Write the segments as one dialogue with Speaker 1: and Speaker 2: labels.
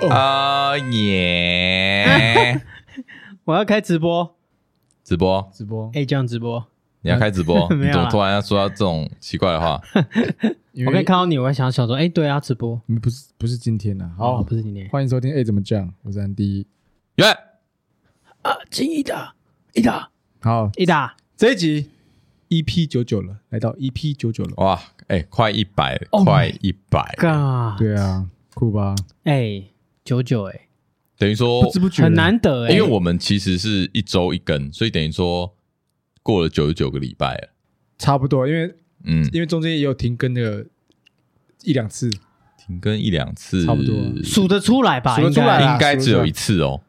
Speaker 1: 哦耶！
Speaker 2: 我要开直播，
Speaker 1: 直播，
Speaker 3: 直播，
Speaker 2: 哎、这样直播，
Speaker 1: 你要开直 播？
Speaker 2: 没有
Speaker 1: 你
Speaker 2: 啊
Speaker 1: 怎么突然要说到这种奇怪的话？
Speaker 3: 因
Speaker 2: 我刚
Speaker 3: 为
Speaker 2: 看到你，我还想想说，哎、对啊，直播，
Speaker 3: 嗯不是不是今天啊。好，
Speaker 2: 哦不是今天
Speaker 3: 欢迎收听。哎，怎么讲？我是安迪。
Speaker 1: 耶！
Speaker 2: 啊，金一达，一达，
Speaker 3: 好，
Speaker 2: 一达，
Speaker 3: 这一集 EP 九九了，来到 EP 九九了。
Speaker 1: 哇，哎，快一百，
Speaker 2: Oh my
Speaker 1: 快一百，
Speaker 2: 嘎，
Speaker 3: 对啊，酷吧？
Speaker 2: 哎，九九，哎，
Speaker 1: 等于说
Speaker 3: 不，知不觉
Speaker 2: 很，难得、哎，
Speaker 1: 因为我们其实是一周一更，所以等于说过了九十九个礼拜了。
Speaker 3: 差不多，因为
Speaker 1: 嗯，
Speaker 3: 因为中间也有停更的一两次，
Speaker 1: 停更一两次，
Speaker 3: 差不多
Speaker 1: 应
Speaker 2: 数得出来吧，
Speaker 3: 数得出来啦
Speaker 2: 应
Speaker 1: 该只有一次哦。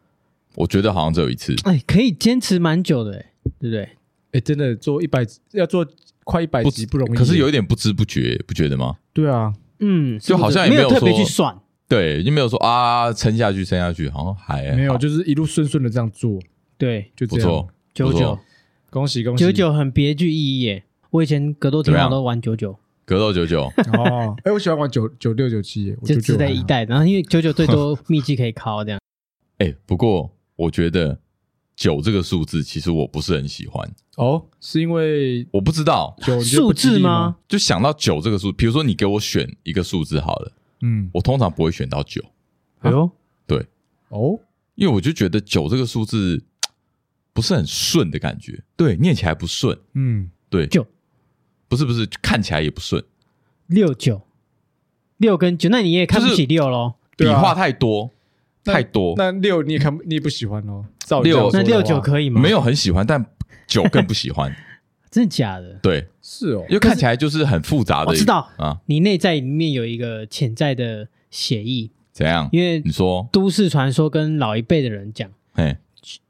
Speaker 1: 我觉得好像只有一次，
Speaker 2: 该，哎、可以坚持蛮久的、哎，对不对？
Speaker 3: 哎，真的做一百要做快一百集
Speaker 1: 止
Speaker 3: 不容易。
Speaker 1: 可是有一点不知不觉，不觉得吗？
Speaker 3: 对啊，
Speaker 2: 嗯，
Speaker 1: 就好像也
Speaker 2: 没
Speaker 1: 没有
Speaker 2: 特别
Speaker 1: 说
Speaker 2: 去算，
Speaker 1: 对，就没有说啊，撑下去，撑下去，好像还
Speaker 2: 哎
Speaker 3: 没有，
Speaker 1: 好
Speaker 3: 就是一路顺顺的这样做，
Speaker 2: 对，
Speaker 3: 就
Speaker 1: 不
Speaker 3: 这样。
Speaker 1: 错，
Speaker 2: 九
Speaker 1: 不
Speaker 2: 九
Speaker 1: 错，
Speaker 3: 恭喜恭喜
Speaker 2: 九九很别具意义、哎，我以前格斗
Speaker 1: 怎
Speaker 2: 挺
Speaker 1: 么样
Speaker 2: 好都玩九九，
Speaker 1: 格斗九 九，
Speaker 3: 哦！哎，我喜欢玩九九六九七，我
Speaker 2: 就
Speaker 3: 99
Speaker 2: 自带
Speaker 3: 还
Speaker 2: 一
Speaker 3: 好。
Speaker 2: 代，然后因为九九最多秘籍可以考，这样，
Speaker 1: 哎，不过我觉得九这个数字，其实我不是很喜欢。
Speaker 3: 哦，是因为
Speaker 1: 我不知道，
Speaker 3: 九你觉得
Speaker 2: 数
Speaker 3: 不吉
Speaker 2: 字
Speaker 3: 利
Speaker 2: 吗？？
Speaker 1: 就想到九这个数，比如说你给我选一个数字好了，
Speaker 3: 嗯，
Speaker 1: 我通常不会选到九，
Speaker 2: 哎呦，
Speaker 1: 啊对，
Speaker 3: 哦，
Speaker 1: 因为我就觉得九这个数字嘖不是很顺的感觉，对，念起来不顺，
Speaker 3: 嗯，
Speaker 1: 对，
Speaker 2: 九
Speaker 1: 不是不是，看起来也不顺，
Speaker 2: 六九，六跟九，那你也看不起六喽？
Speaker 1: 笔
Speaker 3: 对啊
Speaker 1: 画太多
Speaker 3: 那
Speaker 1: 太多，
Speaker 3: 那六你也看不，你也不喜欢哦。照
Speaker 1: 六
Speaker 3: 你这样
Speaker 2: 那
Speaker 3: 说
Speaker 2: 六
Speaker 3: 的话
Speaker 2: 九可以吗？
Speaker 1: 没，有很喜欢，但九更不喜 欢，
Speaker 2: 真的假的？
Speaker 1: 对，
Speaker 3: 是哦
Speaker 1: 因，为看起来就是很复杂的一，
Speaker 2: 我知道
Speaker 1: 啊，
Speaker 2: 你内在里面有一个潜在的协议，
Speaker 1: 怎样？
Speaker 2: 因为
Speaker 1: 你说，
Speaker 2: 都市传说跟老一辈的人讲，
Speaker 1: 嘿，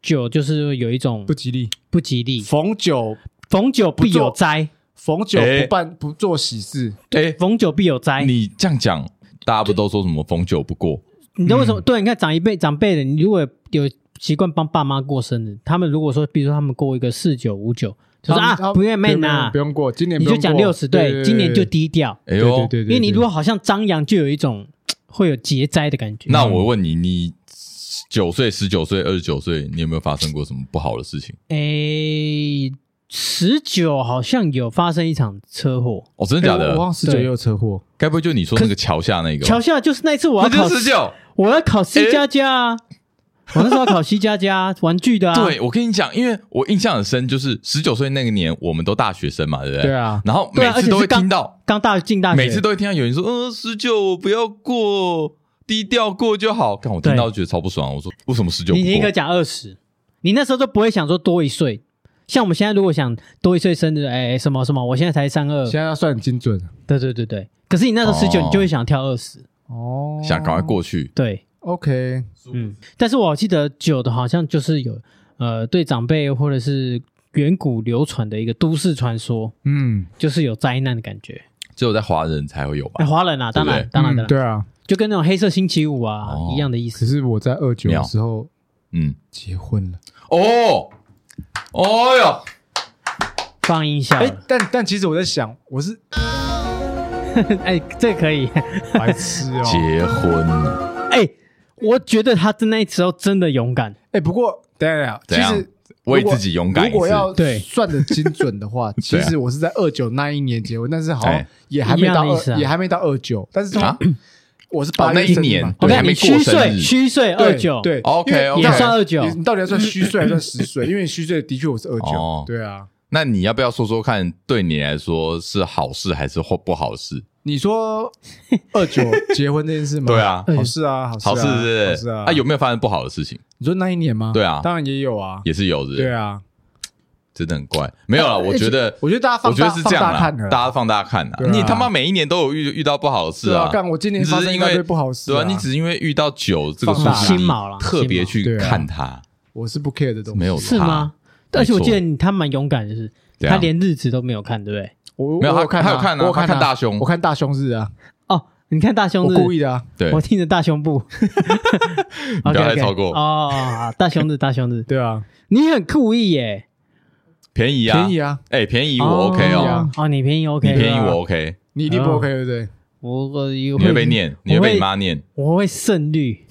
Speaker 2: 九就是有一种
Speaker 3: 不吉利。
Speaker 2: 不吉利，
Speaker 3: 逢九
Speaker 2: 逢九必有灾，
Speaker 3: 逢九
Speaker 1: 哎
Speaker 3: 不办不做喜事，
Speaker 1: 哎，
Speaker 2: 逢九必有灾。
Speaker 1: 你这样讲，大家不都说什么逢九不过？
Speaker 2: 你知道
Speaker 3: 嗯
Speaker 2: 为什么？对，你看长一辈长辈的，你如果有习惯帮爸妈过生日，他们如果说，比如说他们过一个四九五九，就说
Speaker 3: 他们
Speaker 2: 啊
Speaker 3: 他，
Speaker 2: 不愿
Speaker 3: 不用
Speaker 2: man 啊
Speaker 3: 不，用过，今年
Speaker 2: 你
Speaker 3: 不
Speaker 2: 就
Speaker 3: 用
Speaker 2: 讲
Speaker 3: 过
Speaker 2: 六十，
Speaker 3: 对，
Speaker 2: 对，今年就
Speaker 3: 对
Speaker 2: 低调。
Speaker 1: 哎
Speaker 3: 对
Speaker 1: 呦
Speaker 3: 对，对，
Speaker 2: 因为你如
Speaker 3: 对
Speaker 2: 果好像张扬，就有一种会有节灾的感觉。
Speaker 1: 那我问你，你九岁、十九岁、二十九岁，你有没有发生过什么不好的事情？
Speaker 2: 诶，十九好像有发生一场车祸，
Speaker 1: 哦，真的
Speaker 3: 哎
Speaker 1: 假
Speaker 3: 我我
Speaker 1: 的？
Speaker 3: 忘十九
Speaker 2: 对
Speaker 3: 也有车祸，
Speaker 1: 该不会就你说那个桥下那个吧？
Speaker 2: 桥下就是那一次我要
Speaker 1: 啊那
Speaker 2: 考
Speaker 1: 就，十九。
Speaker 2: 我要考 C 加加啊，我那时候要考 C 加加玩具的啊，
Speaker 1: 对，我跟你讲，因为我印象很深，就是十九岁那个年，我们都大学生嘛，对不对？
Speaker 3: 对。啊，
Speaker 1: 然后
Speaker 2: 对
Speaker 1: 每
Speaker 2: 啊，而且
Speaker 1: 次
Speaker 2: 是
Speaker 1: 都会
Speaker 2: 刚
Speaker 1: 听到，
Speaker 2: 刚大进大学，
Speaker 1: 每次都会听到有人说：“嗯，十九我不要过，低调过就好。”看我听
Speaker 2: 对
Speaker 1: 到就觉得超不爽，我说为什么十九不
Speaker 2: 你应该
Speaker 1: 过？
Speaker 2: 讲二十，你那时候都不会想说多一岁。像我们现在如果想多一岁生日，哎，什么什么，我现在才三二，
Speaker 3: 现在要算很精准
Speaker 2: 对对对对。可是你那时候十九，
Speaker 1: 哦
Speaker 2: 你就会想跳二十，
Speaker 3: 哦
Speaker 1: 想赶快。过去，
Speaker 2: 对。
Speaker 3: OK，
Speaker 2: 嗯，但是我记得酒的好像就是有呃，对长辈或者是远古流传的一个都市传说，
Speaker 3: 嗯，
Speaker 2: 就是有灾难的感觉。
Speaker 1: 只有在华人才会有吧
Speaker 2: 哎，？华人啊，当然，
Speaker 1: 对不对
Speaker 2: 当然，
Speaker 3: 嗯
Speaker 2: 当然，
Speaker 3: 对啊。
Speaker 2: 就跟那种黑色星期五啊、
Speaker 1: 哦
Speaker 2: 一样的意
Speaker 3: 可
Speaker 2: 思。
Speaker 3: 是我在二九
Speaker 1: 妙
Speaker 3: 的时候
Speaker 1: 嗯，
Speaker 3: 结婚了，
Speaker 1: 哦，哦哟，
Speaker 2: 放音效了，
Speaker 3: 哎，但但其实我在想，我是
Speaker 2: 哎、这个 可以。
Speaker 3: 白痴哦，
Speaker 1: 结婚了
Speaker 2: 哎、我觉得他真那时候真的勇敢。
Speaker 3: 哎，不过等一下
Speaker 1: 怎
Speaker 3: 等一下，
Speaker 1: 样
Speaker 3: 其实
Speaker 1: 为自己勇敢一
Speaker 3: 如果
Speaker 1: 次。
Speaker 3: 要
Speaker 2: 对
Speaker 3: 算的精准 的话，其实我是在二九那一年结婚，但是好像
Speaker 1: 哎
Speaker 3: 也还没
Speaker 2: 一样
Speaker 3: 到
Speaker 2: 的意思啊
Speaker 3: 二，也还没到二九，但是从
Speaker 1: 啊
Speaker 3: 我是
Speaker 1: 哦
Speaker 3: 八
Speaker 1: 那一
Speaker 3: 月生日嘛
Speaker 1: 年
Speaker 2: 我
Speaker 1: 对
Speaker 2: 看
Speaker 1: 还没
Speaker 2: 你
Speaker 1: 过
Speaker 2: 虚
Speaker 1: 生
Speaker 2: 岁，
Speaker 1: 日
Speaker 2: 虚岁
Speaker 3: 对
Speaker 2: 二九，
Speaker 3: 对
Speaker 1: OK，
Speaker 3: 因为
Speaker 1: OK
Speaker 3: 你到底
Speaker 2: 也算29
Speaker 3: 你你到底要算虚岁还是算实岁？因 为你虚岁的确我是二
Speaker 1: 哦
Speaker 3: 九，对啊。
Speaker 1: 那你要不要说说看，对你来说是好事还是或不好事？
Speaker 3: 你说二九结婚这件事吗？
Speaker 1: 对啊
Speaker 3: 好事啊，好
Speaker 1: 好事
Speaker 3: 事
Speaker 1: 是
Speaker 3: 啊
Speaker 1: 不
Speaker 3: 好
Speaker 1: 是？
Speaker 3: 事啊。
Speaker 1: 啊，有没有发生不好的事情？
Speaker 3: 你说那一年吗？
Speaker 1: 对啊
Speaker 3: 当然也有啊，
Speaker 1: 也是有，是不是
Speaker 3: 对，啊。哎
Speaker 1: 真的很怪。没有啦，我觉得，
Speaker 3: 我觉得大家
Speaker 1: 我
Speaker 3: 放
Speaker 1: 觉
Speaker 3: 大
Speaker 1: 得是这样
Speaker 3: 放大
Speaker 1: 啦，
Speaker 3: 看的
Speaker 1: 大
Speaker 3: 啦，
Speaker 1: 家放大看啦
Speaker 3: 对。啊
Speaker 1: 你他妈每一年都有遇遇到不好的事
Speaker 3: 对啊。干，我今
Speaker 1: 你
Speaker 3: 年发
Speaker 1: 只
Speaker 3: 生
Speaker 1: 是
Speaker 3: 一
Speaker 1: 因
Speaker 3: 大堆
Speaker 1: 为
Speaker 3: 不好事啊，
Speaker 1: 对啊，你只是因为遇到九这个数
Speaker 3: 放大啊
Speaker 1: 字，
Speaker 3: 心
Speaker 2: 毛啦
Speaker 1: 特别去
Speaker 3: 心毛
Speaker 1: 看它，
Speaker 3: 我是不 care 的东西，
Speaker 1: 没有
Speaker 2: 是
Speaker 1: 差
Speaker 2: 吗？？
Speaker 1: 没
Speaker 2: 而且我
Speaker 1: 错
Speaker 2: 记得你他蛮勇敢的是，
Speaker 1: 怎
Speaker 2: 他
Speaker 1: 样
Speaker 2: 连日子都没有看，对不对？
Speaker 3: 我
Speaker 1: 没有
Speaker 3: 我
Speaker 1: 他
Speaker 3: 有看
Speaker 1: 他
Speaker 3: 啊，
Speaker 1: 有看啊
Speaker 3: 我有
Speaker 1: 他看
Speaker 3: 啊
Speaker 1: 大胸
Speaker 3: 我看大胸日啊，
Speaker 2: 哦，你看大
Speaker 3: 我
Speaker 2: 胸日，
Speaker 3: 故意的啊，
Speaker 1: 对
Speaker 2: 我，听着大 胸部，
Speaker 1: 不
Speaker 2: OK，
Speaker 1: 要太
Speaker 2: OK
Speaker 1: 超过
Speaker 2: 哦，好大胸日，大胸日，
Speaker 3: 对啊，
Speaker 2: 你很故意耶，
Speaker 1: 便宜啊，
Speaker 3: 便宜
Speaker 1: 啊，
Speaker 3: 啊，
Speaker 1: 哎，便宜我 OK
Speaker 3: 便宜
Speaker 1: 哦，
Speaker 3: 啊，
Speaker 2: 哦，你便宜
Speaker 1: 你
Speaker 2: OK，
Speaker 1: 便宜我 OK，
Speaker 3: 嗯你一定不 OK 对不对？
Speaker 2: 我我也
Speaker 1: 你会被，念，你会被你妈 念，
Speaker 2: 我会 慎虑、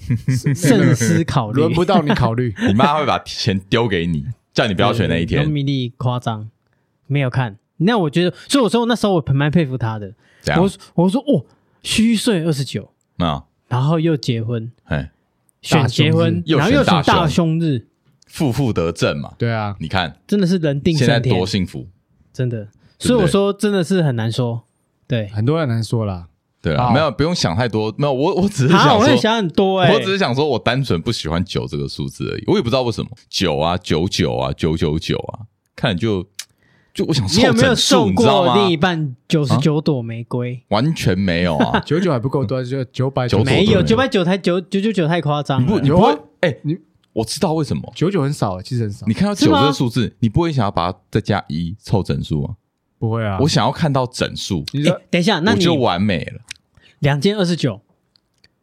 Speaker 2: 慎思考虑。
Speaker 3: 轮不到你考 虑。
Speaker 1: 你妈会把钱丢给你，叫你不要选那一天
Speaker 2: 农。民力夸张，没有看。那我觉得，所以我说那时候我蛮佩服他的。
Speaker 1: 这样
Speaker 2: 我我说哦，虚岁二十九，
Speaker 1: 啊，
Speaker 2: 然后又结婚，
Speaker 1: 哎，
Speaker 2: 选结婚，
Speaker 1: 又
Speaker 2: 然后又
Speaker 1: 选大
Speaker 2: 选大
Speaker 1: 胸
Speaker 2: 胸日，
Speaker 1: 负负得正嘛。
Speaker 3: 对啊，
Speaker 1: 你看
Speaker 2: 真的是人定
Speaker 1: 现在
Speaker 2: 胜天
Speaker 1: 多，幸福，
Speaker 2: 真的。
Speaker 1: 对
Speaker 2: 所以我说，真的是很难说。对，
Speaker 3: 很多人很难说啦。
Speaker 1: 对啊，
Speaker 3: 好，
Speaker 1: 没有不用想太多，没有我我只是
Speaker 2: 啊，
Speaker 1: 想
Speaker 2: 我
Speaker 1: 说
Speaker 2: 也，想很多哎，
Speaker 1: 我只是想说我单纯不喜欢九这个数字而已，我也不知道为什么九啊九九啊九九九啊，看就就我想
Speaker 2: 你有
Speaker 1: 凑
Speaker 2: 没有
Speaker 1: 整数，
Speaker 2: 送
Speaker 1: 你知道
Speaker 2: 过
Speaker 1: 吗？啊
Speaker 2: 另一半九十九朵玫瑰？
Speaker 1: 完全没有啊
Speaker 3: 九九还不够多，就九百
Speaker 1: 九朵
Speaker 2: 没有，
Speaker 1: 对
Speaker 2: 九百九太九九九九太夸张
Speaker 1: 你不
Speaker 2: 了
Speaker 1: 你。
Speaker 3: 有
Speaker 1: 不会
Speaker 3: 啊
Speaker 1: 哎
Speaker 3: 你
Speaker 1: 我知道为什么，
Speaker 3: 九九很少，欸其实很少
Speaker 1: 你。看到
Speaker 2: 是
Speaker 1: 九这
Speaker 2: 吗
Speaker 1: 个数字，你不会想要把它再加一凑整数吗？
Speaker 3: 不会啊，
Speaker 1: 我想要看到整数，
Speaker 3: 你
Speaker 2: 哎
Speaker 3: 说
Speaker 2: 等一下，那
Speaker 1: 我
Speaker 2: 你
Speaker 1: 就完美了。
Speaker 2: 两件二十九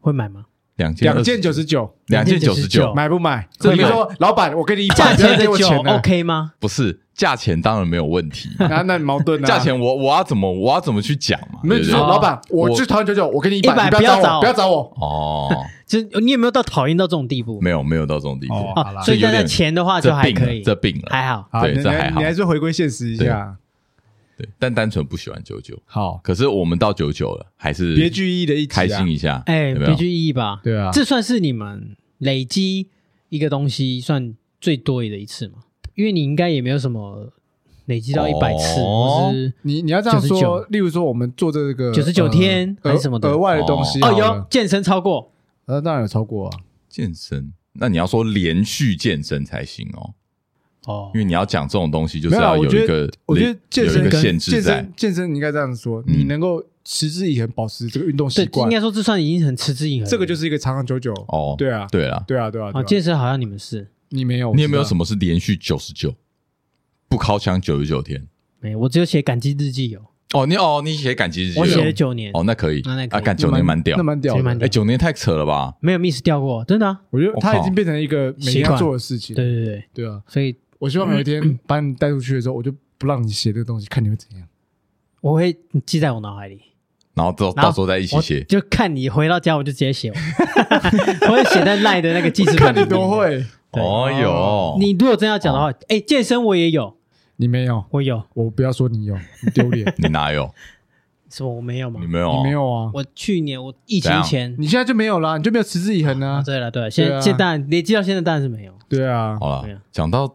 Speaker 2: 会买吗？
Speaker 1: 两件
Speaker 3: 两件九十九，
Speaker 1: 两件九十九
Speaker 2: 299，
Speaker 3: 买不买？
Speaker 1: 这
Speaker 3: 你
Speaker 1: 买
Speaker 3: 说老板，我给你一
Speaker 2: 价
Speaker 3: 百，不
Speaker 2: 钱
Speaker 3: 要
Speaker 2: 的
Speaker 3: 给我
Speaker 2: 酒
Speaker 3: 钱啊
Speaker 2: OK 吗？
Speaker 1: 不是价钱当然没有问题，
Speaker 3: 那那矛盾啊。
Speaker 1: 价钱我我要怎么我要怎么去讲嘛？
Speaker 3: 没有，
Speaker 1: 对不
Speaker 3: 就是
Speaker 1: 对
Speaker 3: 说
Speaker 2: 哦
Speaker 3: 老板，我
Speaker 1: 我
Speaker 3: 就讨厌九九，我给你一
Speaker 2: 100
Speaker 3: 百，你不要
Speaker 2: 不要找
Speaker 3: 找我，不要找我。
Speaker 1: 哦，
Speaker 2: 就是你有没有到讨厌到这种地步
Speaker 1: 没有没有到这种地步，
Speaker 3: 哦好啦
Speaker 2: 啊？所以
Speaker 1: 这有
Speaker 2: 站
Speaker 1: 点
Speaker 2: 在钱的话就
Speaker 1: 这
Speaker 2: 还
Speaker 1: 病
Speaker 2: 可
Speaker 1: 了，
Speaker 2: 以，
Speaker 1: 这病了，
Speaker 2: 还好。
Speaker 3: 好，
Speaker 1: 对
Speaker 3: 你
Speaker 1: 这还
Speaker 3: 还
Speaker 1: 好
Speaker 3: 你还是回归现实一下。
Speaker 1: 对，但单纯不喜欢九九。
Speaker 3: 好，
Speaker 1: 可是我们到九九了，还是
Speaker 3: 别具意义的一集啊
Speaker 1: 开心一下，
Speaker 2: 哎，
Speaker 1: 有没
Speaker 2: 别
Speaker 1: 有？
Speaker 2: 具意义吧？
Speaker 3: 对啊
Speaker 2: 这算是你们累积一个东西算最多的一次嘛？因为你应该也没有什么累积到一百次，
Speaker 1: 哦
Speaker 2: 或是
Speaker 3: 你你要这样说
Speaker 2: 99，
Speaker 3: 例如说我们做这个
Speaker 2: 99天
Speaker 3: 呃
Speaker 2: 还是什么的
Speaker 3: 额外的东西
Speaker 2: 哦，
Speaker 3: 好了
Speaker 2: 有健身超过
Speaker 3: 呃，当然有超过啊，
Speaker 1: 健身，那你要说连续健身才行哦，
Speaker 3: 嗯
Speaker 2: 哦
Speaker 1: 因为你要讲这种东西，就是
Speaker 3: 没有啊
Speaker 1: 要有
Speaker 3: 我觉
Speaker 1: 一
Speaker 3: 得
Speaker 1: 个，
Speaker 3: 我觉得健
Speaker 1: 有
Speaker 3: 身
Speaker 1: 一个
Speaker 3: 跟
Speaker 1: 限
Speaker 3: 健
Speaker 1: 制在
Speaker 3: 身。健身，你应该这样说，
Speaker 1: 嗯
Speaker 3: 你能够持之以恒保持这个运动习
Speaker 2: 对，
Speaker 3: 惯
Speaker 2: 应，该说这算已经很持之以恒了。
Speaker 3: 这个就是一个长长久久。
Speaker 1: 哦，
Speaker 3: 对啊，
Speaker 1: 对啊，
Speaker 3: 对啊，对啊，
Speaker 2: 啊，
Speaker 3: 对啊
Speaker 2: 健身好像你们是
Speaker 3: 你没有，
Speaker 1: 你有没有什
Speaker 3: 么？
Speaker 1: 么是连续九十九不靠枪九十九天？
Speaker 2: 没有，我只有写感激日记有，
Speaker 1: 哦，你哦，你写感激日记
Speaker 2: 我
Speaker 1: 有
Speaker 2: 写了九年，
Speaker 1: 哦，那可以，
Speaker 2: 那那可以
Speaker 1: 啊，干九年蛮屌
Speaker 3: 那，蛮屌
Speaker 2: 其实蛮
Speaker 3: 的。
Speaker 1: 哎，
Speaker 2: 屌
Speaker 1: 九年太扯了吧？
Speaker 2: 没有 miss 掉过，真的啊，
Speaker 3: 我觉得
Speaker 1: 我靠
Speaker 3: 它已经变成一个每天要做的事情
Speaker 2: 对。对对，
Speaker 3: 对啊，
Speaker 2: 所以
Speaker 3: 我希望有一 天把你带出去的时候，我就不让你写这个东西，看你会怎样。
Speaker 2: 我会记在我脑海里。
Speaker 1: 然后到
Speaker 2: 然后
Speaker 1: 到时候再一起
Speaker 2: 我
Speaker 1: 写，
Speaker 2: 就看你回到家，我就 直接写完，我会写在赖的那个记事本
Speaker 3: 看
Speaker 2: 里面。
Speaker 3: 你多会，哦
Speaker 2: 对
Speaker 1: 哦哟，
Speaker 2: 你如果真要讲的话，哎、健身我也有，
Speaker 3: 你没有，
Speaker 2: 我有
Speaker 3: 我不要说你有，你
Speaker 1: ，
Speaker 3: 丢脸
Speaker 1: 你哪有？
Speaker 2: 什么我没有吗
Speaker 1: 你？没有？
Speaker 3: 你没？有啊，
Speaker 2: 我去年我疫
Speaker 1: 怎
Speaker 2: 情
Speaker 1: 样
Speaker 2: 前，
Speaker 3: 你现在就没有啦，你就没有持之以恒
Speaker 2: 啊
Speaker 3: 啊。
Speaker 2: 对了对了，现在、
Speaker 3: 对啊
Speaker 2: 现在当然累积到现在当然是没有，
Speaker 3: 对啊，
Speaker 1: 好
Speaker 2: 没有
Speaker 1: 了，讲到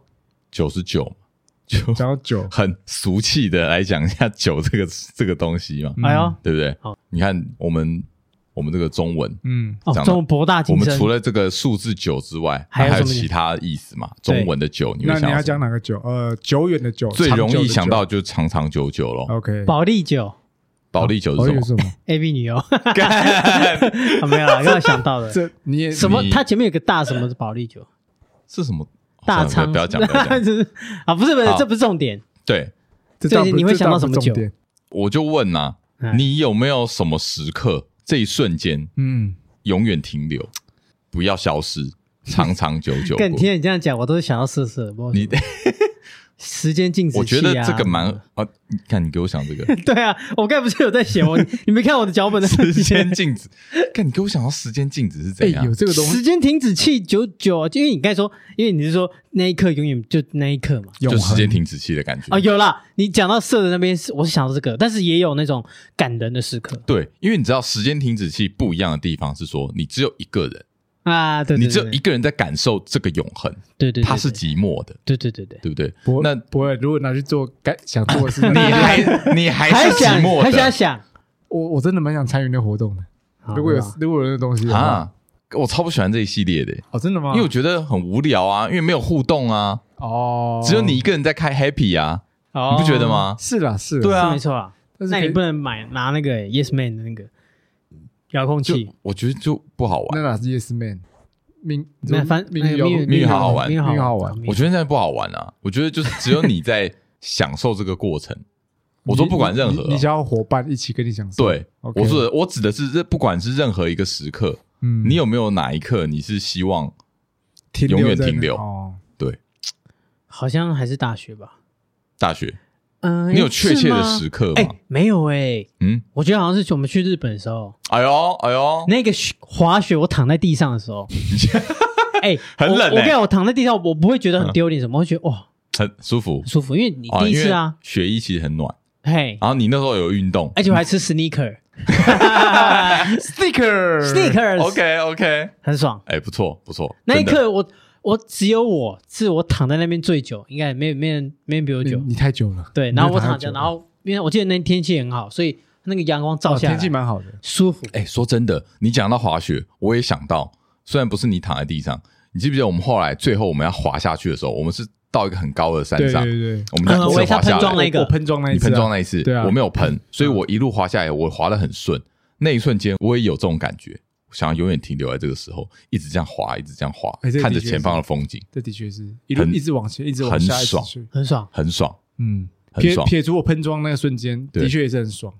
Speaker 1: 九十九， 就，
Speaker 3: 讲到酒
Speaker 1: 很俗气的来讲一下酒这个这个东西嘛，
Speaker 3: 嗯
Speaker 2: 哎呦，
Speaker 1: 对不对
Speaker 2: 好？
Speaker 1: 你看我们我们这个中文，
Speaker 3: 嗯，
Speaker 2: 哦，
Speaker 1: 讲
Speaker 2: 这
Speaker 1: 到
Speaker 2: 种博大
Speaker 1: 我
Speaker 2: 精
Speaker 1: 们
Speaker 2: 深
Speaker 1: 除，了这个数字九之外，
Speaker 2: 还有
Speaker 1: 还有
Speaker 2: 什么
Speaker 1: 其他意思嘛？中文的九，你会
Speaker 3: 那
Speaker 1: 想到
Speaker 3: 你要
Speaker 1: 什
Speaker 3: 讲
Speaker 1: 么
Speaker 3: 哪个酒？呃，久远的久，
Speaker 1: 最容易
Speaker 3: 长久的久
Speaker 1: 想到。就是长长久久咯。
Speaker 3: OK，
Speaker 2: 保利酒
Speaker 1: 保利酒
Speaker 3: 哦保
Speaker 1: 是
Speaker 3: 利
Speaker 1: 什
Speaker 3: 有
Speaker 1: 么？
Speaker 3: 什 么？
Speaker 2: A B 女优， 啊没有啦，刚才想到的，
Speaker 3: 这你也
Speaker 2: 什么
Speaker 1: 你？
Speaker 2: 它前面有个大什么是保利酒，
Speaker 1: 是什么？
Speaker 2: 大
Speaker 1: 哦算
Speaker 2: 仓
Speaker 1: 了不要讲，不要 讲。
Speaker 2: 就是啊，不是不是
Speaker 1: 好，
Speaker 2: 这不是重点，
Speaker 1: 对，
Speaker 3: 这倒不
Speaker 2: 最近你会
Speaker 3: 这
Speaker 2: 想到
Speaker 3: 倒不
Speaker 2: 什么
Speaker 3: 是
Speaker 2: 酒
Speaker 3: 重点？
Speaker 1: 我就问呐、
Speaker 2: 哎
Speaker 1: 你有没有什么时刻这一瞬间
Speaker 3: 嗯，
Speaker 1: 永远停留，不要消失，长长久 久过？
Speaker 2: 跟你啊听你这样讲，我都是想到色色，不知道为
Speaker 1: 你
Speaker 2: 什么时间静止器啊，
Speaker 1: 我觉得这个蛮啊，你看你给我想这个
Speaker 2: 对啊，我刚才不是有在写我，你没看我的脚本的
Speaker 1: 时间静止，看你给我想到时间静止是
Speaker 3: 哎，
Speaker 1: 怎样
Speaker 3: 有？这个东
Speaker 2: 时
Speaker 3: 西，
Speaker 2: 间停止器九九，因为你刚才说，因为你是说那一刻永远就那一刻嘛。
Speaker 1: 就
Speaker 3: 永
Speaker 1: 时
Speaker 3: 恒
Speaker 1: 间停止器的感觉
Speaker 2: 啊、有啦，你讲到色的那边，是我是想到这个，但是也有那种感人的时刻
Speaker 1: 对，因为你知道时间停止器不一样的地方是说，你只有一个人，
Speaker 2: 啊，对对对，
Speaker 1: 你只有一个人在感受这个永恒，
Speaker 2: 对对对，
Speaker 1: 它是
Speaker 2: 对
Speaker 1: 寂寞的，
Speaker 2: 对对对对，
Speaker 1: 对不对？
Speaker 3: 不
Speaker 1: 那
Speaker 3: 不会，如果拿去做该想做的事，
Speaker 1: 你还你还
Speaker 2: 还
Speaker 1: 是寂
Speaker 2: 想
Speaker 1: 寞
Speaker 2: 还想
Speaker 1: 的
Speaker 2: 想，
Speaker 3: 我我真的蛮想参与那活动的。
Speaker 2: 好
Speaker 3: 如果有
Speaker 2: 好
Speaker 3: 如果有那东西的话，
Speaker 1: 啊！我超不喜欢这一系列的，
Speaker 3: 哦，真的吗？
Speaker 2: 啊
Speaker 1: 因为我觉得很无聊啊，因为没有互动啊，
Speaker 3: 哦，
Speaker 1: 只有你一个人在开 happy 啊，
Speaker 2: 哦
Speaker 1: 你不觉得吗？
Speaker 3: 是啦，是啦
Speaker 1: 对啊
Speaker 2: 是没错啊，
Speaker 3: 但是
Speaker 2: 那
Speaker 3: 可以
Speaker 2: 你不能买拿那个 Yes Man 的那个遥控
Speaker 1: 就
Speaker 2: 器，
Speaker 1: 我觉得就不好玩，
Speaker 3: 那哪是 Yes Man？命
Speaker 2: 那反哎
Speaker 3: 命运
Speaker 2: 那
Speaker 3: 有
Speaker 2: 命运
Speaker 1: 命运好好玩
Speaker 2: 命运
Speaker 3: 命运
Speaker 2: 好
Speaker 3: 好玩
Speaker 1: 我觉得现在不好玩啊，我觉得就是只有你在享受这个过程。我说不管任何
Speaker 3: 你
Speaker 1: 啊、
Speaker 3: 你你想要伙伴一起跟你享受。
Speaker 1: 对，
Speaker 3: OK
Speaker 1: 我说的我指的是这，不管是任何一个时刻，
Speaker 3: 嗯
Speaker 1: 你有没有哪一刻你是希望
Speaker 3: 停
Speaker 1: 永远
Speaker 3: 在那
Speaker 1: 停留
Speaker 3: 哦，
Speaker 1: 对
Speaker 2: 好像还是大学吧，
Speaker 1: 大学
Speaker 2: 嗯，
Speaker 1: 你有确切的
Speaker 2: 是吗
Speaker 1: 时刻
Speaker 2: 哎、
Speaker 1: 呃吗？
Speaker 2: 没有哎、
Speaker 1: 嗯，
Speaker 2: 我觉得好像是我们去日本的时候，
Speaker 1: 哎呦哎呦，
Speaker 2: 那个雪滑雪，我躺在地上的时 候，哎、
Speaker 1: 很冷欸嗯
Speaker 2: 我我跟你讲，我躺在地上，我不会觉得很丢脸什么，我会觉得哇
Speaker 1: 很舒服
Speaker 2: 很。舒服，因为你第一次啊，，
Speaker 1: 因哦为雪衣其实很暖。
Speaker 2: 嘿，
Speaker 1: 然后你那时候有运动
Speaker 2: 而且我还吃 sneaker。
Speaker 3: Sticker
Speaker 2: Sneakers，
Speaker 1: 哦，OK OK，
Speaker 2: 很爽。
Speaker 1: 哎，不错不错。
Speaker 2: 那一
Speaker 1: 真的
Speaker 2: 刻我我只有我是我躺在那边最久，应该没有没人没人比我
Speaker 3: 你
Speaker 2: 久。
Speaker 3: 你太久了。
Speaker 2: 对，
Speaker 3: 你
Speaker 2: 然后我
Speaker 3: 太
Speaker 2: 躺
Speaker 3: 久
Speaker 2: 着，
Speaker 3: 了
Speaker 2: 然后因为我记得那天天气很好，所以那个阳光照
Speaker 3: 哦
Speaker 2: 下来，
Speaker 3: 天气蛮好的，
Speaker 2: 舒服。
Speaker 1: 哎，说真的，你讲到滑雪，我也想到，虽然不是你躺在地上，你记不记得我们后来最后我们要滑下去的时候，我们是到一个很高的山
Speaker 3: 对
Speaker 1: 上，
Speaker 3: 对对，
Speaker 1: 我们在
Speaker 2: 嗯
Speaker 1: 一
Speaker 2: 我
Speaker 1: 直
Speaker 2: 一下
Speaker 1: 滑下
Speaker 2: 喷撞
Speaker 1: 来
Speaker 2: 了。那个
Speaker 3: 我我喷装那一
Speaker 1: 你
Speaker 3: 次啊，
Speaker 1: 喷撞那一次，
Speaker 3: 对啊
Speaker 1: 我没有喷，所以我一路滑下来，我滑得很顺。那一瞬间，我也有这种感觉，想要永远停留在这个时候，一直这样滑，一直这样滑
Speaker 3: 哎这，
Speaker 1: 看着
Speaker 3: 的确
Speaker 1: 前方的风景，
Speaker 3: 这的确是一路
Speaker 1: 很
Speaker 3: 一直往前，一直往
Speaker 1: 很
Speaker 3: 下，一直
Speaker 1: 爽
Speaker 3: 去
Speaker 2: 很爽，
Speaker 1: 很爽，
Speaker 3: 嗯，
Speaker 1: 很
Speaker 3: 撇
Speaker 1: 爽。
Speaker 3: 撇除我喷装那个瞬间，
Speaker 1: 对
Speaker 3: 的确也是很爽。嗯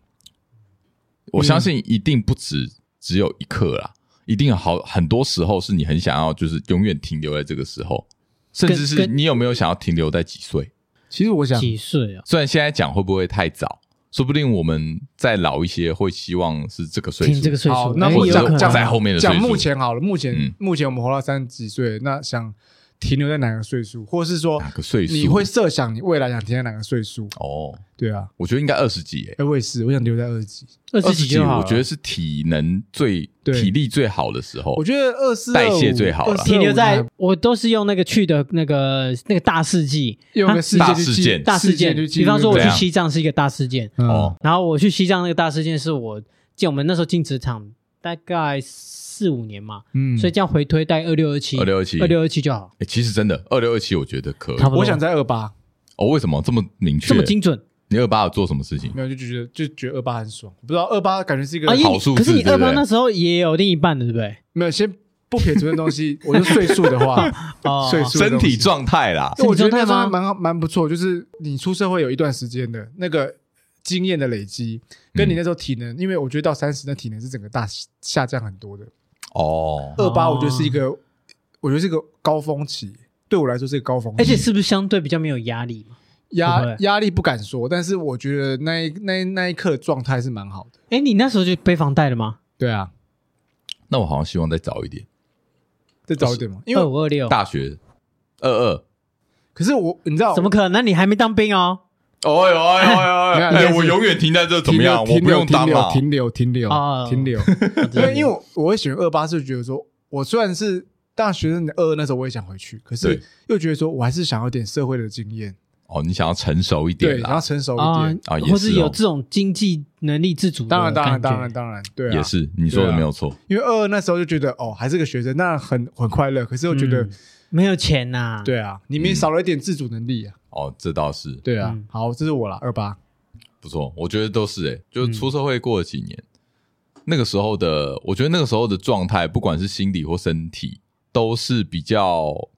Speaker 1: 我相信一定不止只有一刻啦，一定有好很多时候是你很想要，就是永远停留在这个时候，甚至是
Speaker 2: 跟跟
Speaker 1: 你有没有想要停留在几岁？
Speaker 3: 其实我想，
Speaker 2: 几岁啊？
Speaker 1: 虽然现在讲会不会太早，说不定我们再老一些，会希望是这个岁
Speaker 2: 听这
Speaker 1: 数
Speaker 2: 个。岁
Speaker 3: 好
Speaker 2: 数，，
Speaker 3: 那
Speaker 2: 哎
Speaker 3: 我
Speaker 1: 也
Speaker 2: 有
Speaker 1: 讲
Speaker 2: 可
Speaker 3: 讲
Speaker 1: 站
Speaker 3: 讲
Speaker 1: 在
Speaker 2: 能。
Speaker 1: 后面的岁
Speaker 3: 讲
Speaker 1: 数
Speaker 3: 目前好了，目
Speaker 1: 嗯
Speaker 3: 前目前我们活到三十几岁，那想停留在哪个岁数，或者是说
Speaker 1: 哪个岁数？
Speaker 3: 你会设想你未来想停在哪个岁数？
Speaker 1: 哦，
Speaker 3: 对啊，
Speaker 1: 我觉得应该二十几诶、
Speaker 3: 哎，我也是，我想留在二十几。
Speaker 2: 二
Speaker 1: 二十
Speaker 2: 十几
Speaker 1: 几，
Speaker 2: 就好
Speaker 1: 我
Speaker 2: 了
Speaker 1: 觉得是体能最
Speaker 3: 对
Speaker 1: 体力最好的时候
Speaker 3: 我。觉得二四
Speaker 1: 代谢最好啦
Speaker 2: 停留在我都是用那个去的那个那个大事记，
Speaker 3: 用个
Speaker 2: 啊
Speaker 3: 世
Speaker 1: 大
Speaker 3: 界
Speaker 1: 事
Speaker 3: 去记
Speaker 1: 件
Speaker 2: 大事件，
Speaker 3: 去记录
Speaker 2: 比方说我
Speaker 1: 对
Speaker 2: 去
Speaker 1: 啊
Speaker 2: 西藏是一个大事件，
Speaker 1: 哦
Speaker 3: 哦，
Speaker 2: 然后我去西藏那个大事件是我进我们那时候进职场大概四五年嘛，
Speaker 3: 嗯
Speaker 2: 所以这样回推大概二六二七，
Speaker 1: 2627
Speaker 2: 二六二七就好，
Speaker 1: 诶其实真的二六二七，我觉得可以。
Speaker 2: 差不多。
Speaker 3: 我想在二八，
Speaker 1: 哦，为什么这么明确？
Speaker 2: 这么精准
Speaker 1: 你二八有做什么事情？
Speaker 3: 没有就觉得就觉得二八很爽，不知道二八感觉是一个
Speaker 2: 啊？因为
Speaker 1: 好数
Speaker 2: 你
Speaker 1: 字
Speaker 2: 可是你
Speaker 1: 对
Speaker 2: 二
Speaker 1: 不对
Speaker 2: 八那时候也有另一半的，对不对？
Speaker 3: 没有先不撇除那东西，我就岁数的 话，
Speaker 2: 哦，
Speaker 3: 岁数
Speaker 1: 身体状态啦，
Speaker 3: 我觉得那
Speaker 2: 身体状态
Speaker 3: 算
Speaker 2: 吗
Speaker 3: 蛮蛮不错，就是你出社会有一段时间的那个经验的累积，跟
Speaker 1: 嗯
Speaker 3: 你那时候体能，因为我觉得到三十的体能是整个大下降很多的。
Speaker 1: 哦，
Speaker 3: 二八我觉得是一个，我觉得是一个高峰期，对我来说是一个高峰期，
Speaker 2: 而且是不是相对比较没有压力嘛？不
Speaker 3: 压
Speaker 2: 会
Speaker 3: 压力不敢说，但是我觉得那一那一那一刻状态是蛮好的。
Speaker 2: 哎，你那时候就背房贷了吗？
Speaker 3: 对啊，
Speaker 1: 那我好像希望再早一点，
Speaker 3: 再早一点嘛，因
Speaker 2: 二
Speaker 3: 为
Speaker 2: 五二六，
Speaker 1: 大学二二。
Speaker 3: 可是我你知道
Speaker 2: 怎么可能？你还没当兵哦？
Speaker 1: 哦呦哎呦 哎
Speaker 3: 没有
Speaker 1: 呦！
Speaker 3: 应该
Speaker 1: 哎，
Speaker 3: 是
Speaker 1: 我永远停在这怎
Speaker 3: 停
Speaker 1: 么
Speaker 3: 留
Speaker 1: 样？我
Speaker 3: 停
Speaker 1: 不
Speaker 3: 留
Speaker 1: 用当嘛。
Speaker 3: 停留停留
Speaker 2: 哦
Speaker 3: 停 留，停留因为因为我我会选二八，是觉得说我虽然是大学生的二二那时候我也想回去，可是
Speaker 1: 对
Speaker 3: 又觉得说我还是想要点社会的经验，
Speaker 1: 哦，你想要成熟一
Speaker 3: 对，
Speaker 1: 点
Speaker 3: 然后
Speaker 1: 啦，
Speaker 3: 成熟一
Speaker 2: 啊
Speaker 3: 点。
Speaker 1: 啊也
Speaker 2: 或
Speaker 1: 是
Speaker 2: 是
Speaker 1: 哦
Speaker 2: 有这种经济能力自主的
Speaker 3: 当然当然
Speaker 2: 感觉
Speaker 3: 当然当然，对啊，
Speaker 1: 也是你说的没有错。
Speaker 3: 因为二二那时候就觉得哦还是个学生，那很很快乐，可是又觉得
Speaker 2: 嗯没有钱呐。
Speaker 3: 对啊，里
Speaker 1: 嗯
Speaker 3: 面少了一点自主能力啊，
Speaker 1: 哦，这倒是
Speaker 3: 对啊
Speaker 2: 嗯。
Speaker 3: 好，这是我啦，二八，
Speaker 1: 不错，我觉得都是诶、欸
Speaker 3: 嗯
Speaker 1: 就是出社会过了几年，那个时候的，我觉得那个时候的状态，不管是心理或身体，都是比较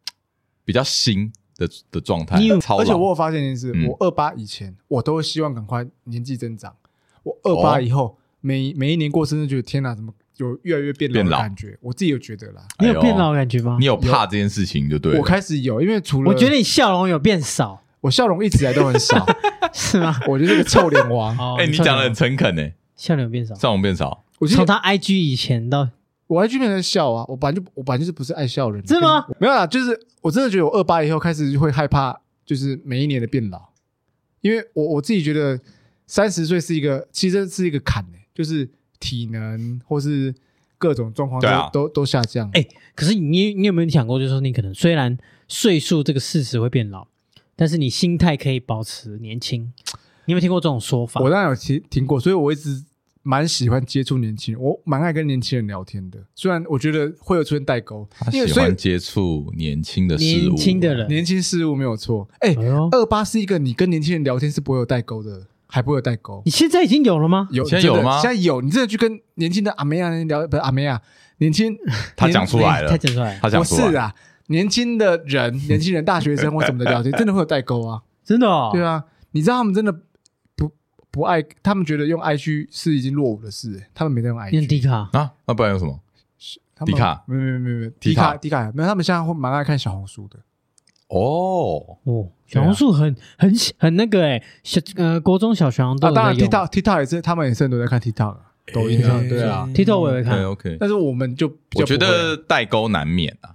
Speaker 1: 比较新的的状态
Speaker 2: 你有，
Speaker 1: 操
Speaker 3: 而且我
Speaker 1: 劳。
Speaker 3: 有发现一件事，
Speaker 1: 嗯
Speaker 3: 我二八以前我都会希望赶快年纪增长，我二
Speaker 1: 哦
Speaker 3: 八以后、每每一年过生日，觉得天哪，怎么有越来越变老
Speaker 1: 变
Speaker 3: 的
Speaker 1: 老
Speaker 3: 感觉？我自己有觉得啦，
Speaker 2: 你有变
Speaker 1: 哎
Speaker 2: 老
Speaker 1: 呦
Speaker 2: 的感觉吗
Speaker 1: 你？有怕这件事情就对了。
Speaker 3: 我开始有，因为除了
Speaker 2: 我觉得你笑容有变少，
Speaker 3: 我笑容一直以来都很少，
Speaker 2: 是吗？
Speaker 3: 我就是个臭脸王。
Speaker 2: 哦
Speaker 1: 哎、你
Speaker 2: 笑容
Speaker 1: 讲的很诚恳诶，
Speaker 2: 笑容有变少，
Speaker 1: 笑容变少。
Speaker 3: 我就
Speaker 2: 从他 IG 以前到
Speaker 3: 我还去别人笑啊，我本来就我本来就是不是爱笑的人，
Speaker 2: 真的吗
Speaker 3: 跟？没有啦，就是我真的觉得我二八以后开始会害怕，就是每一年的变老，因为我我自己觉得三十岁是一个其实是一个坎诶、就是体能或是各种状况都、
Speaker 1: 对啊
Speaker 3: 都都下降。
Speaker 2: 哎可是你你有没有想过，就是说你可能虽然岁数这个事实会变老，但是你心态可以保持年轻。你有没有听过这种说法？
Speaker 3: 我当然有听听过，所以我一直蛮喜欢接触年轻人，我蛮爱跟年轻人聊天的。虽然我觉得会有出现代沟
Speaker 1: 他，
Speaker 3: 因为
Speaker 1: 喜
Speaker 3: 所以
Speaker 1: 欢接触年轻的事物，
Speaker 2: 年轻的人，
Speaker 3: 年轻事物没有错。哎、
Speaker 2: 哎呦，
Speaker 3: 二八是一个你跟年轻人聊天是不会有代沟的，还不会有代沟。
Speaker 2: 你现在已经有了吗？
Speaker 3: 有
Speaker 1: 现在有了吗
Speaker 3: 现在有，你真的去跟年轻的阿梅亚聊，不是阿梅亚，年轻，
Speaker 1: 他讲出来了
Speaker 2: 哎太整出来了，
Speaker 1: 他讲
Speaker 3: 不
Speaker 1: 出来
Speaker 3: 是啊，年轻的人，年轻人，大学生或什么的聊天，真的会有代沟啊，
Speaker 2: 真的哦。
Speaker 3: 对
Speaker 2: 啊，
Speaker 3: 啊，你知道他们真的不不爱，他们觉得用 IG 是已经落伍的事、欸他们没在用
Speaker 2: 用
Speaker 3: IG，
Speaker 2: 迪卡
Speaker 1: 啊，那不然有什么？
Speaker 3: 他们
Speaker 1: 迪卡
Speaker 3: 没有没有没有没有
Speaker 1: 迪
Speaker 3: 迪
Speaker 1: 卡
Speaker 3: 卡迪卡没有，他们现在会蛮爱看小红书的，
Speaker 1: 哦，
Speaker 2: 哦，小
Speaker 3: 啊
Speaker 2: 红书很很很那个哎、小呃国中小学好像都
Speaker 3: 啊，
Speaker 2: 有
Speaker 3: 当
Speaker 2: 在
Speaker 3: 然
Speaker 2: 用。
Speaker 3: TikTok TikTok 也是，他们也是很多人在看 TikTok，啊抖音上
Speaker 1: 诶
Speaker 3: 对啊。
Speaker 2: TikTok 我也会看
Speaker 1: 哎 OK，
Speaker 3: 但是我们就比较
Speaker 1: 我觉
Speaker 3: 不会
Speaker 1: 得代沟难免啊，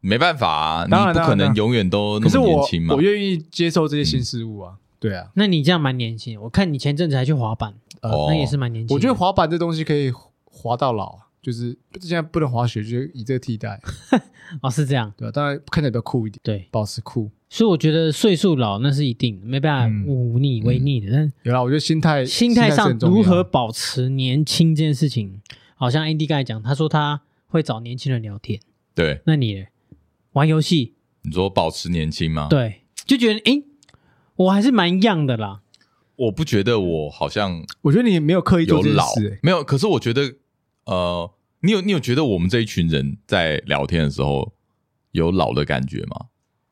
Speaker 1: 没办法啊，你
Speaker 3: 当然
Speaker 1: 不可
Speaker 3: 当然
Speaker 1: 能永远都
Speaker 3: 可是
Speaker 1: 那么年
Speaker 3: 我
Speaker 1: 轻嘛
Speaker 3: 我。愿意接受这些新事物啊，对啊，
Speaker 2: 那你这样蛮年轻，我看你前阵子还去滑板，
Speaker 3: 呃
Speaker 1: 哦
Speaker 2: 那也是蛮年轻的。
Speaker 3: 我觉得滑板这东西可以滑到老啊，就是现在不能滑雪，就是以这个替代，
Speaker 2: 哦是这样，
Speaker 3: 对吧、当然看起来比较酷一点，
Speaker 2: 对，
Speaker 3: 保持酷。
Speaker 2: 所以我觉得岁数老那是一定的没办法
Speaker 3: 嗯
Speaker 2: 忤逆为逆的，但
Speaker 3: 有啦，我觉得心态
Speaker 2: 心态
Speaker 3: 是
Speaker 2: 上
Speaker 3: 很重要
Speaker 2: 如何保持年轻这件事情，好像 Andy 刚才讲，他说他会找年轻人聊天，
Speaker 1: 对，
Speaker 2: 那你呢玩游戏，
Speaker 1: 你说保持年轻
Speaker 3: 啊
Speaker 1: 吗？，
Speaker 2: 对，就觉得诶，我还是蛮样的啦，
Speaker 1: 我不觉得我好像
Speaker 3: 我觉得你没有刻意做
Speaker 1: 有
Speaker 3: 这件
Speaker 1: 老
Speaker 3: 事、欸，
Speaker 1: 没有，可是我觉得呃，你有你有觉得我们这一群人在聊天的时候有老的感觉吗？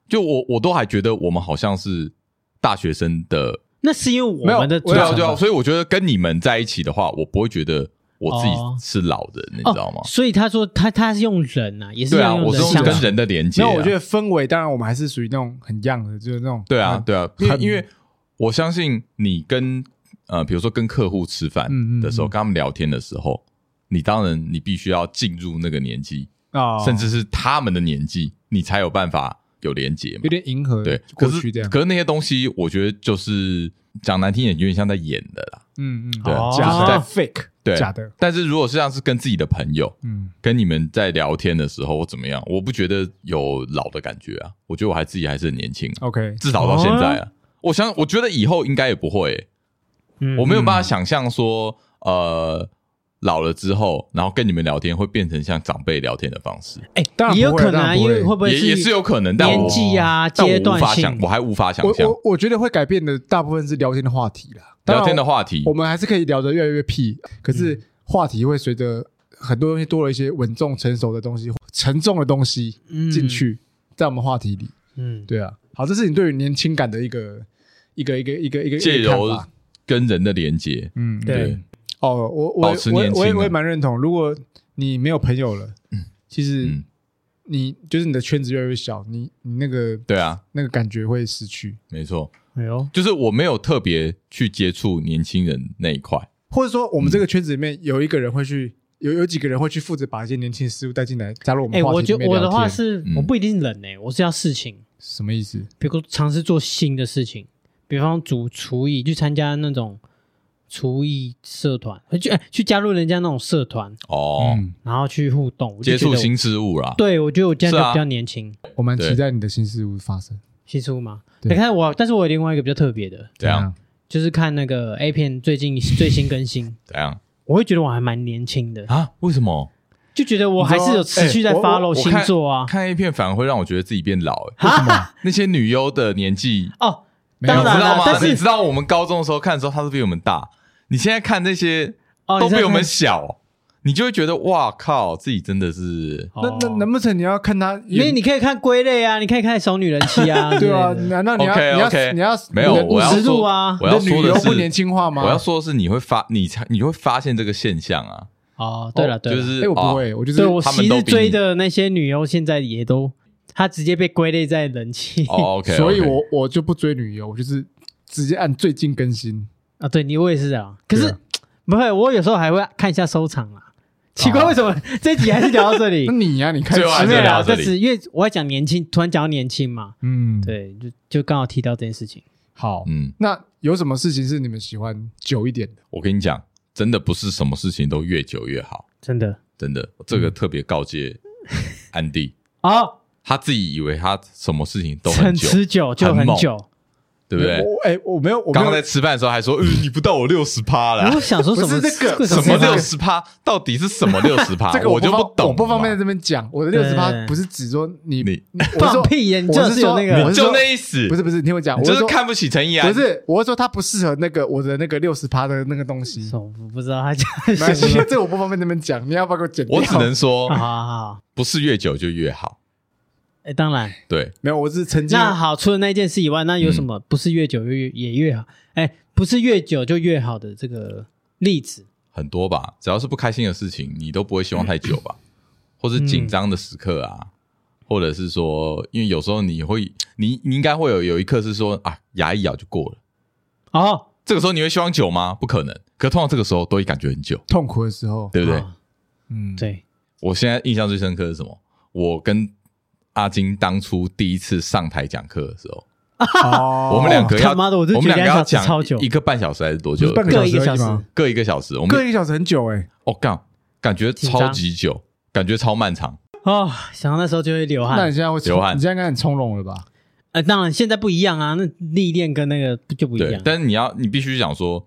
Speaker 1: 就我我都还觉得我们好像是大学生的，
Speaker 2: 那是因为我
Speaker 3: 没有
Speaker 2: 们的
Speaker 1: 对
Speaker 3: 我也
Speaker 1: 啊
Speaker 3: 有
Speaker 1: 对
Speaker 3: 想
Speaker 1: 啊，
Speaker 3: 法
Speaker 1: 所以我觉得跟你们在一起的话，我不会觉得我自己
Speaker 2: 哦
Speaker 1: 是老人，你
Speaker 2: 哦
Speaker 1: 知道吗？
Speaker 2: 所以他说他他是用人啊，也是
Speaker 1: 对啊，
Speaker 2: 要
Speaker 1: 我是
Speaker 2: 人
Speaker 1: 用
Speaker 2: 相
Speaker 1: 跟
Speaker 2: 处。
Speaker 1: 人的连接、
Speaker 3: 没
Speaker 1: 啊。
Speaker 3: 有，我觉得氛围，当然我们还是属于那种很 young 的，就是那种
Speaker 1: 对啊，，对啊，因为
Speaker 3: 很
Speaker 1: 因为我相信你跟呃，比如说跟客户吃饭
Speaker 3: 嗯嗯
Speaker 1: 的时候，
Speaker 3: 嗯
Speaker 1: 跟他们聊天的时候，你当然你必须要进入那个年纪，
Speaker 3: 啊、
Speaker 1: 甚至是他们的年纪，你才有办法有连接嘛
Speaker 3: 有。点迎合
Speaker 1: 对，
Speaker 3: 过
Speaker 1: 可是
Speaker 3: 去这样，
Speaker 1: 可是那些东西，我觉得就是讲难听一点，有点像在演的啦。
Speaker 3: 嗯嗯，
Speaker 1: 对
Speaker 2: 哦
Speaker 3: 假的
Speaker 2: 对
Speaker 3: fake，
Speaker 1: 对，
Speaker 3: 假的，。
Speaker 1: 但是如果是像是跟自己的朋友，
Speaker 3: 嗯，
Speaker 1: 跟你们在聊天的时候或怎么样，我不觉得有老的感觉啊。我觉得我还自己还是很年轻啊，
Speaker 3: OK，
Speaker 1: 至少到现在啊。我想，我觉得以后应该也不会欸、
Speaker 2: 嗯
Speaker 1: 我没有办法想象说，呃，老了之后，然后跟你们聊天会变成像长辈聊天的方式，
Speaker 2: 哎
Speaker 3: 当然
Speaker 2: 也有
Speaker 3: 不会
Speaker 2: 可能
Speaker 3: 当
Speaker 2: 啊，
Speaker 3: 然不
Speaker 2: 因
Speaker 3: 会
Speaker 2: 为会不会
Speaker 1: 也也是有可能，但我
Speaker 2: 年纪
Speaker 3: 哦
Speaker 2: 啊、
Speaker 1: 但
Speaker 2: 阶
Speaker 1: 我无
Speaker 2: 段
Speaker 1: 法想，
Speaker 2: 性
Speaker 1: 我？还无法想
Speaker 3: 我
Speaker 1: 象
Speaker 3: 我我觉得会改变的大部分是聊天的话题啦，当然
Speaker 1: 聊天的话题
Speaker 3: 我。们还是可以聊得越来越屁，
Speaker 2: 嗯
Speaker 3: 可是话题会随着很多东西多了一些稳重成熟的东西、沉重的东西
Speaker 2: 嗯
Speaker 3: 进，去，在我们话题里。
Speaker 2: 嗯，
Speaker 3: 对啊，好，这是你对于年轻感的一个一个一个一个一个
Speaker 1: 借
Speaker 3: 一个看
Speaker 1: 由
Speaker 3: 法
Speaker 1: 跟人的连接，
Speaker 3: 嗯，
Speaker 2: 对
Speaker 1: 对，
Speaker 3: 哦，我我
Speaker 1: 保持
Speaker 3: 我也
Speaker 1: 年轻啊
Speaker 3: 我也我也蛮认同。如果你没有朋友了，其实
Speaker 1: 嗯，
Speaker 3: 你就是你的圈子越来越小，你你那个
Speaker 1: 对啊，
Speaker 3: 那个感觉会失去，
Speaker 1: 没错，
Speaker 2: 哎呦，
Speaker 1: 就是我没有特别去接触年轻人那一块，
Speaker 3: 或者说我
Speaker 2: 嗯
Speaker 3: 们这个圈子里面有一个人会去。有有几个人会去负责把一些年轻事物带进来，加入我们
Speaker 2: 哎，
Speaker 3: 话
Speaker 2: 我
Speaker 3: 题
Speaker 2: 觉
Speaker 3: 里面聊天？
Speaker 2: 我的话是
Speaker 1: 嗯
Speaker 2: 我不一定冷哎，我是要事情，
Speaker 3: 什么意思？
Speaker 2: 比如说尝试做新的事情，比方煮厨艺，去参加那种厨艺社团，去哎去加入人家那种社团，
Speaker 1: 哦，
Speaker 3: 嗯，
Speaker 2: 然后去互动，我
Speaker 1: 接
Speaker 2: 就觉
Speaker 1: 触
Speaker 2: 得我。
Speaker 1: 新事物啦，
Speaker 2: 对，我觉得我这样
Speaker 1: 是
Speaker 2: 就
Speaker 1: 啊
Speaker 2: 比较年轻，
Speaker 3: 我蛮
Speaker 1: 对
Speaker 3: 期待你的新事物发生。
Speaker 2: 新出嘛。
Speaker 3: 对
Speaker 2: 你看我，但是我有另外一个比较特别的，
Speaker 3: 啊
Speaker 1: 怎样？
Speaker 2: 就是看那个 A 片最近最新更新，
Speaker 1: 怎样
Speaker 2: 我会觉得我还蛮年轻的，
Speaker 1: 啊？为什么
Speaker 2: 就觉得我还是有持续在
Speaker 3: 你知道哎
Speaker 2: follow
Speaker 1: 我
Speaker 2: 星座啊。
Speaker 1: 看 A 片反而会让我觉得自己变老？欸
Speaker 2: 哈哈
Speaker 1: 那些女优的年纪
Speaker 2: 哦，
Speaker 3: 没有
Speaker 2: 当然
Speaker 1: 你知道
Speaker 2: 啦
Speaker 1: 吗，？
Speaker 2: 但
Speaker 1: 你
Speaker 2: 是
Speaker 1: 知道我们高中的时候看的时候，他都比我们大。你现在看那些
Speaker 2: 哦，
Speaker 1: 都
Speaker 2: 你在
Speaker 1: 比我
Speaker 2: 看
Speaker 1: 们小，你就会觉得哇靠，自己真的是
Speaker 2: 哦
Speaker 3: 那那难不成你要看他？
Speaker 2: 因为你可以看归类啊，你可以看熟女人妻 啊，
Speaker 3: 对 啊，
Speaker 2: 之类的
Speaker 3: 难道你要
Speaker 1: OK
Speaker 3: 你要
Speaker 1: OK，
Speaker 3: 你要
Speaker 1: 没有
Speaker 3: 你的
Speaker 1: 我要
Speaker 2: 五十
Speaker 1: 说
Speaker 2: 度啊
Speaker 1: 我要
Speaker 3: 你的
Speaker 1: 说
Speaker 3: 女优
Speaker 1: 的是
Speaker 3: 不年轻化吗？
Speaker 1: 我要说的是你会发你才你会发现这个现象啊，
Speaker 2: 哦，对了，对
Speaker 1: 就
Speaker 2: 了，
Speaker 1: 是
Speaker 3: 哎，我不
Speaker 1: 啊
Speaker 3: 会，我就是
Speaker 2: 对我
Speaker 1: 他们
Speaker 2: 昔
Speaker 1: 都
Speaker 2: 日
Speaker 1: 比
Speaker 2: 追
Speaker 1: 你
Speaker 2: 的那些女优，现在也都她直接被归类在人气
Speaker 1: 哦 OK，
Speaker 3: 所以
Speaker 1: OK
Speaker 3: 我我就不追女优，我就是直接按最近更新。
Speaker 2: 啊。对你我也是啊，可
Speaker 3: 对
Speaker 2: 是
Speaker 3: 啊
Speaker 2: 不会，我有时候还会看一下收藏啦。奇怪，
Speaker 3: 哦
Speaker 2: 为什么 这一集还是聊到这里
Speaker 3: 那？你呀，你看
Speaker 1: 最后还是
Speaker 2: 没有
Speaker 1: 聊到
Speaker 2: 啦，
Speaker 1: 这
Speaker 2: 这
Speaker 1: 里
Speaker 2: 次因为我要讲年轻，突然讲到年轻嘛，
Speaker 3: 嗯，，
Speaker 2: 对，就就刚好提到这件事情。
Speaker 3: 好，
Speaker 1: 嗯，
Speaker 3: 那有什么事情是你们喜欢久一点的？
Speaker 1: 我跟你讲，真的不是什么事情都越久越好，
Speaker 2: 真的
Speaker 1: 真的这
Speaker 2: 嗯
Speaker 1: 个特别告诫安迪，
Speaker 2: 哦，
Speaker 1: 他自己以为他什么事情都很
Speaker 2: 很
Speaker 1: 久，
Speaker 2: 持久就
Speaker 1: 很
Speaker 2: 很
Speaker 1: 猛
Speaker 2: 久。
Speaker 1: 对不对？
Speaker 3: 我哎，我没有，我没
Speaker 1: 刚刚在，
Speaker 3: 有
Speaker 1: 吃饭的时候还说，嗯，你不到我六十趴
Speaker 2: 然后
Speaker 1: 啦
Speaker 2: 我，想说什么
Speaker 3: 不是这个
Speaker 2: 什
Speaker 1: 什么
Speaker 2: 么
Speaker 1: 六十趴？到底是什么六十趴？
Speaker 3: 这个
Speaker 1: 啊我就
Speaker 3: 不方
Speaker 1: 懂，
Speaker 3: 我不方便在。这边讲。我的
Speaker 2: 对
Speaker 3: 六十八不是指说你
Speaker 1: 你
Speaker 3: 我是
Speaker 2: 放
Speaker 3: 说
Speaker 2: 屁耶！你
Speaker 3: 我
Speaker 2: 真的
Speaker 3: 是
Speaker 2: 是有
Speaker 3: 说
Speaker 2: 那个
Speaker 3: 啊我是
Speaker 1: 就
Speaker 3: 说
Speaker 1: 那意思，
Speaker 3: 不是不是，你听我讲，
Speaker 1: 你
Speaker 3: 我
Speaker 1: 就是是
Speaker 3: 说
Speaker 1: 看不起陈怡啊？
Speaker 3: 不是，我是说他不适合那个我的那个六十趴的那个东 西。
Speaker 2: 我不知道他讲
Speaker 3: 没关系 。
Speaker 2: 什么
Speaker 3: 这我不方便在那边讲，你啊要不要给我剪掉？
Speaker 1: 我只能
Speaker 2: 好
Speaker 1: 说，
Speaker 2: 好好，
Speaker 1: 不是越久就越好。
Speaker 2: 哎，当然，
Speaker 1: 对，
Speaker 3: 没有，我是曾经嗯
Speaker 2: 那好，除了那件事以外，那有什么不是越久越也越好？哎，不是越久就越好的这个例子，
Speaker 1: 很多吧，只要是不开心的事情，你都不会希望太
Speaker 3: 嗯
Speaker 1: 久吧，或者紧张的时刻啊，或者是说，因为有时候你会，你你应该会有有一刻是说啊，牙一咬就过了。
Speaker 2: 哦，
Speaker 1: 这个时候你会希望久吗？不可能。可通常这个时候都会感觉很久，
Speaker 3: 痛苦的时候，
Speaker 1: 对不对？
Speaker 2: 啊
Speaker 3: 嗯，，
Speaker 2: 对，
Speaker 1: 我现在印象最深刻的是什么？我跟阿金当初第一次上台讲课的时候，
Speaker 3: 我
Speaker 1: 我们两个要
Speaker 2: 哦他妈的我真的
Speaker 1: 我们
Speaker 2: 觉得
Speaker 1: 两个要
Speaker 2: 两小
Speaker 1: 讲
Speaker 2: 时超久
Speaker 1: 一个半小时还是多久
Speaker 3: 不是？半个
Speaker 2: 各一个
Speaker 3: 小
Speaker 2: 小
Speaker 3: 时而
Speaker 2: 时
Speaker 3: 已吗
Speaker 1: 各一个小时。我
Speaker 3: 各一
Speaker 1: 们
Speaker 3: 个小时很久哎，
Speaker 1: 哦干，感觉
Speaker 2: 紧张
Speaker 1: 超级久，感觉超漫长。
Speaker 2: 哦，想到那时候就会流
Speaker 3: 那
Speaker 2: 汗
Speaker 3: 你。现在会
Speaker 1: 流汗
Speaker 3: 你现在应该很从容了吧？
Speaker 2: 呃，当然现在不一样啊，那历练跟那个就不一
Speaker 1: 对
Speaker 2: 样，。
Speaker 1: 但是你要你必须讲说，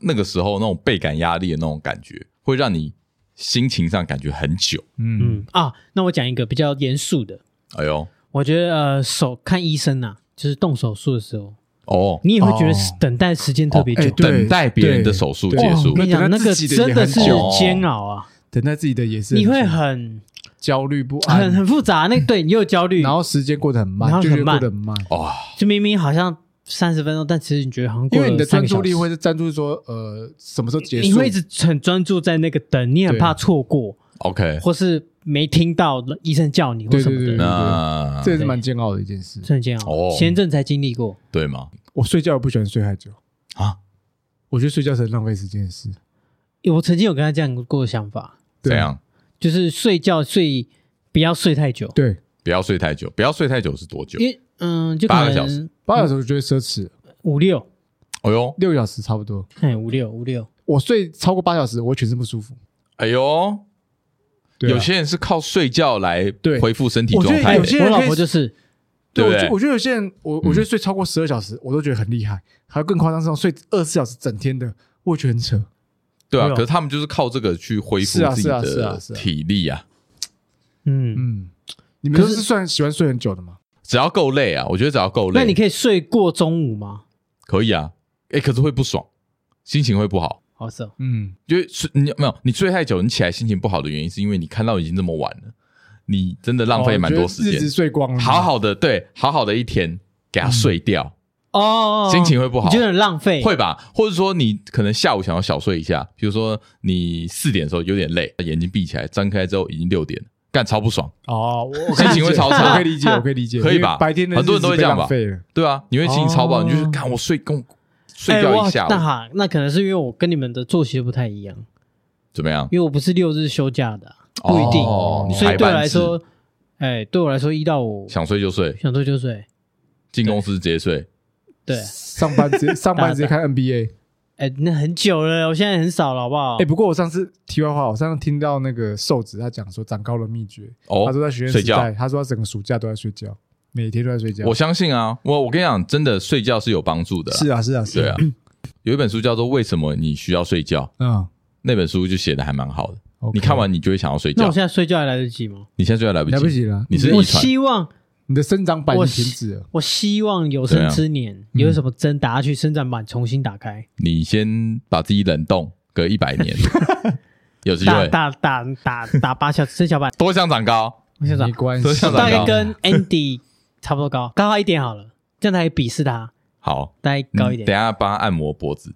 Speaker 1: 那个时候那种倍感压力的那种感觉，会让你心情上感觉很久。
Speaker 3: 嗯
Speaker 2: 嗯啊，那我讲一个比较严肃的，
Speaker 1: 哎呦，
Speaker 2: 我觉得呃，手看医生呐、就是动手术的时候，
Speaker 1: 哦，
Speaker 2: 你也会觉得
Speaker 3: 哦
Speaker 2: 是等待时间特别久。哦
Speaker 3: 哎对
Speaker 1: 等待别人的
Speaker 3: 对
Speaker 1: 手术
Speaker 3: 对
Speaker 1: 结
Speaker 2: 我
Speaker 1: 束
Speaker 2: 跟，你讲，
Speaker 3: 那
Speaker 2: 那
Speaker 3: 自
Speaker 2: 个
Speaker 3: 己的也
Speaker 2: 真的是
Speaker 1: 很久
Speaker 2: 煎熬啊，
Speaker 3: 等待自己的也是，
Speaker 2: 你会很
Speaker 3: 焦虑不
Speaker 2: 很
Speaker 3: 安，
Speaker 2: 很复杂。那对你又焦虑，
Speaker 3: 然嗯后时间过得很慢，
Speaker 2: 然后
Speaker 3: 就
Speaker 2: 很
Speaker 3: 觉得过
Speaker 2: 慢
Speaker 3: 得很慢，
Speaker 1: 哇、
Speaker 2: 就明明好像三十分钟，但其实你觉得好像过
Speaker 3: 因
Speaker 2: 了
Speaker 3: 为你的
Speaker 2: 三
Speaker 3: 专
Speaker 2: 个
Speaker 3: 注力
Speaker 2: 小时
Speaker 3: 会是专注说，呃，什么时候结束？
Speaker 2: 你会一直很专注在那个等，你很
Speaker 3: 对
Speaker 2: 怕错过，
Speaker 1: OK，
Speaker 2: 或是没听到医生叫你或
Speaker 3: 对
Speaker 2: 什么的，
Speaker 3: 对对
Speaker 1: 那
Speaker 3: 这也是蛮煎熬的一件事。
Speaker 2: 真的煎熬。
Speaker 1: 哦
Speaker 2: 前阵才经历过，
Speaker 1: 对吗？
Speaker 3: 我睡觉也不喜欢睡太久，
Speaker 1: 啊，
Speaker 3: 我觉得睡觉是很浪费时间的事。
Speaker 2: 我曾经有跟他这样过的想法，
Speaker 3: 对
Speaker 1: 怎样？
Speaker 2: 就是睡觉睡不要睡太久，
Speaker 3: 对，
Speaker 1: 不要睡太久，不要睡太久是多久
Speaker 2: 因？为嗯，就
Speaker 1: 八
Speaker 2: 可
Speaker 1: 个小
Speaker 2: 能
Speaker 3: 八小时我觉得奢侈了，
Speaker 2: 五六，
Speaker 1: 哎呦，
Speaker 3: 六小时差不多。
Speaker 2: 哎，五六五六，
Speaker 3: 我睡超过八小时，我会全身不舒服。
Speaker 1: 哎呦，
Speaker 3: 对啊
Speaker 1: 有些人是靠睡觉来
Speaker 3: 对
Speaker 1: 恢复身体
Speaker 3: 我觉
Speaker 1: 状
Speaker 3: 得
Speaker 1: 态
Speaker 3: 有
Speaker 1: 的
Speaker 3: 些
Speaker 2: 我
Speaker 3: 人
Speaker 2: 老
Speaker 3: 可以
Speaker 2: 婆就是
Speaker 1: 对
Speaker 3: 我
Speaker 1: 不对嗯
Speaker 3: 觉我觉得有些人，我我觉得睡超过十二小时，我都觉得很厉害。还有更夸张这种睡二十四小时整天的，我也觉得很扯。
Speaker 1: 对啊，
Speaker 2: 对啊
Speaker 1: 可是他们就是靠这个去恢复
Speaker 3: 是啊
Speaker 1: 自己
Speaker 3: 是啊是啊
Speaker 1: 的
Speaker 3: 是啊
Speaker 1: 体力啊，
Speaker 2: 嗯，
Speaker 3: 嗯，你们都
Speaker 2: 可是
Speaker 3: 是算喜欢睡很久的吗？
Speaker 1: 只要够累啊，我觉得只要够累，
Speaker 2: 那你可以睡过中午吗？
Speaker 1: 可以啊，哎，可是会不爽，心情会不好，
Speaker 2: 好是哦，
Speaker 3: 嗯，
Speaker 1: 因为睡你没有你睡太久，你起来心情不好的原因是因为你看到已经这么晚了，你真的浪费蛮多时
Speaker 3: 哦我觉得日
Speaker 1: 间
Speaker 3: 子，嗯睡光了，
Speaker 1: 好好的对，好好的一天给他睡掉，
Speaker 2: 哦哦，哦
Speaker 1: 心情会不好
Speaker 2: 你觉得很浪费，
Speaker 1: 会吧？或者说你可能下午想要小睡一下，比如说你四点的时候有点累，眼睛闭起来，张开之后已经六点了，干超不爽，
Speaker 3: 哦，我我可以
Speaker 1: 心情会
Speaker 3: 理解
Speaker 1: 超差
Speaker 3: 我可以理 解，我可以理解，
Speaker 1: 可以吧
Speaker 3: 因为白天的
Speaker 1: 很多人都会这样吧
Speaker 3: 日子被浪费了
Speaker 1: 对啊，你会心情超爆，
Speaker 2: 哦
Speaker 1: 你就是干我睡跟我睡
Speaker 2: 哎
Speaker 1: 觉
Speaker 2: 哇
Speaker 1: 一下午，
Speaker 2: 那哈，那可能是因为我跟你们的作息不太一样，
Speaker 1: 怎么样？
Speaker 2: 因为我不是六日休假的啊，不一定，
Speaker 1: 哦你
Speaker 2: 所以
Speaker 1: 排
Speaker 2: 对
Speaker 1: 班
Speaker 2: 我来
Speaker 1: 制
Speaker 2: 说，哎，对我来说一到五
Speaker 1: 想睡就睡，
Speaker 2: 想睡就睡，
Speaker 1: 进公司直接睡。
Speaker 2: 对，
Speaker 3: 上班直接 上班直接看 NBA。
Speaker 2: 哎，那很久了，我现在很少了，好不好
Speaker 3: 哎，？不过我上次题外话，我上次听到那个瘦子他讲说长高的秘诀，
Speaker 1: 哦
Speaker 3: 他，说在学生
Speaker 1: 睡
Speaker 3: 时
Speaker 1: 觉
Speaker 3: 代，他说他整个暑假都在睡觉，每天都在睡觉。
Speaker 1: 我相信啊，我我跟你讲，真的睡觉是有帮助的啦。
Speaker 3: 是啊是啊是
Speaker 1: 对啊，，有一本书叫做《为什么你需要睡觉》，
Speaker 3: 嗯，
Speaker 1: 那本书就写的还蛮好的。
Speaker 3: OK
Speaker 1: 你看完你就会想要睡
Speaker 2: 那
Speaker 1: 觉
Speaker 2: 我，现在睡觉还来得及吗？
Speaker 1: 你现在睡还来不及，
Speaker 3: 来不及了，嗯
Speaker 1: 你是
Speaker 2: 我
Speaker 1: 遗传
Speaker 2: 希望，
Speaker 3: 你的生长板已
Speaker 2: 我
Speaker 3: 经停止了。
Speaker 2: 我希望有
Speaker 1: 对
Speaker 2: 生
Speaker 1: 啊嗯
Speaker 2: 之年有什么针打下去，生长板重新打开，
Speaker 1: 你先把自己冷冻个一百 年，有机
Speaker 2: 打
Speaker 1: 会
Speaker 2: 打打打打八小 生小板，
Speaker 1: 多想长高。
Speaker 2: 我想找
Speaker 3: 没关系
Speaker 1: 都，像
Speaker 2: 大
Speaker 1: 长
Speaker 2: 概
Speaker 1: 高
Speaker 2: 跟 Andy 差不多高，高他一点好了，这样才鄙视他，
Speaker 1: 好，
Speaker 2: 大概
Speaker 1: 你
Speaker 2: 高一点。
Speaker 1: 嗯等一下帮他按摩脖子。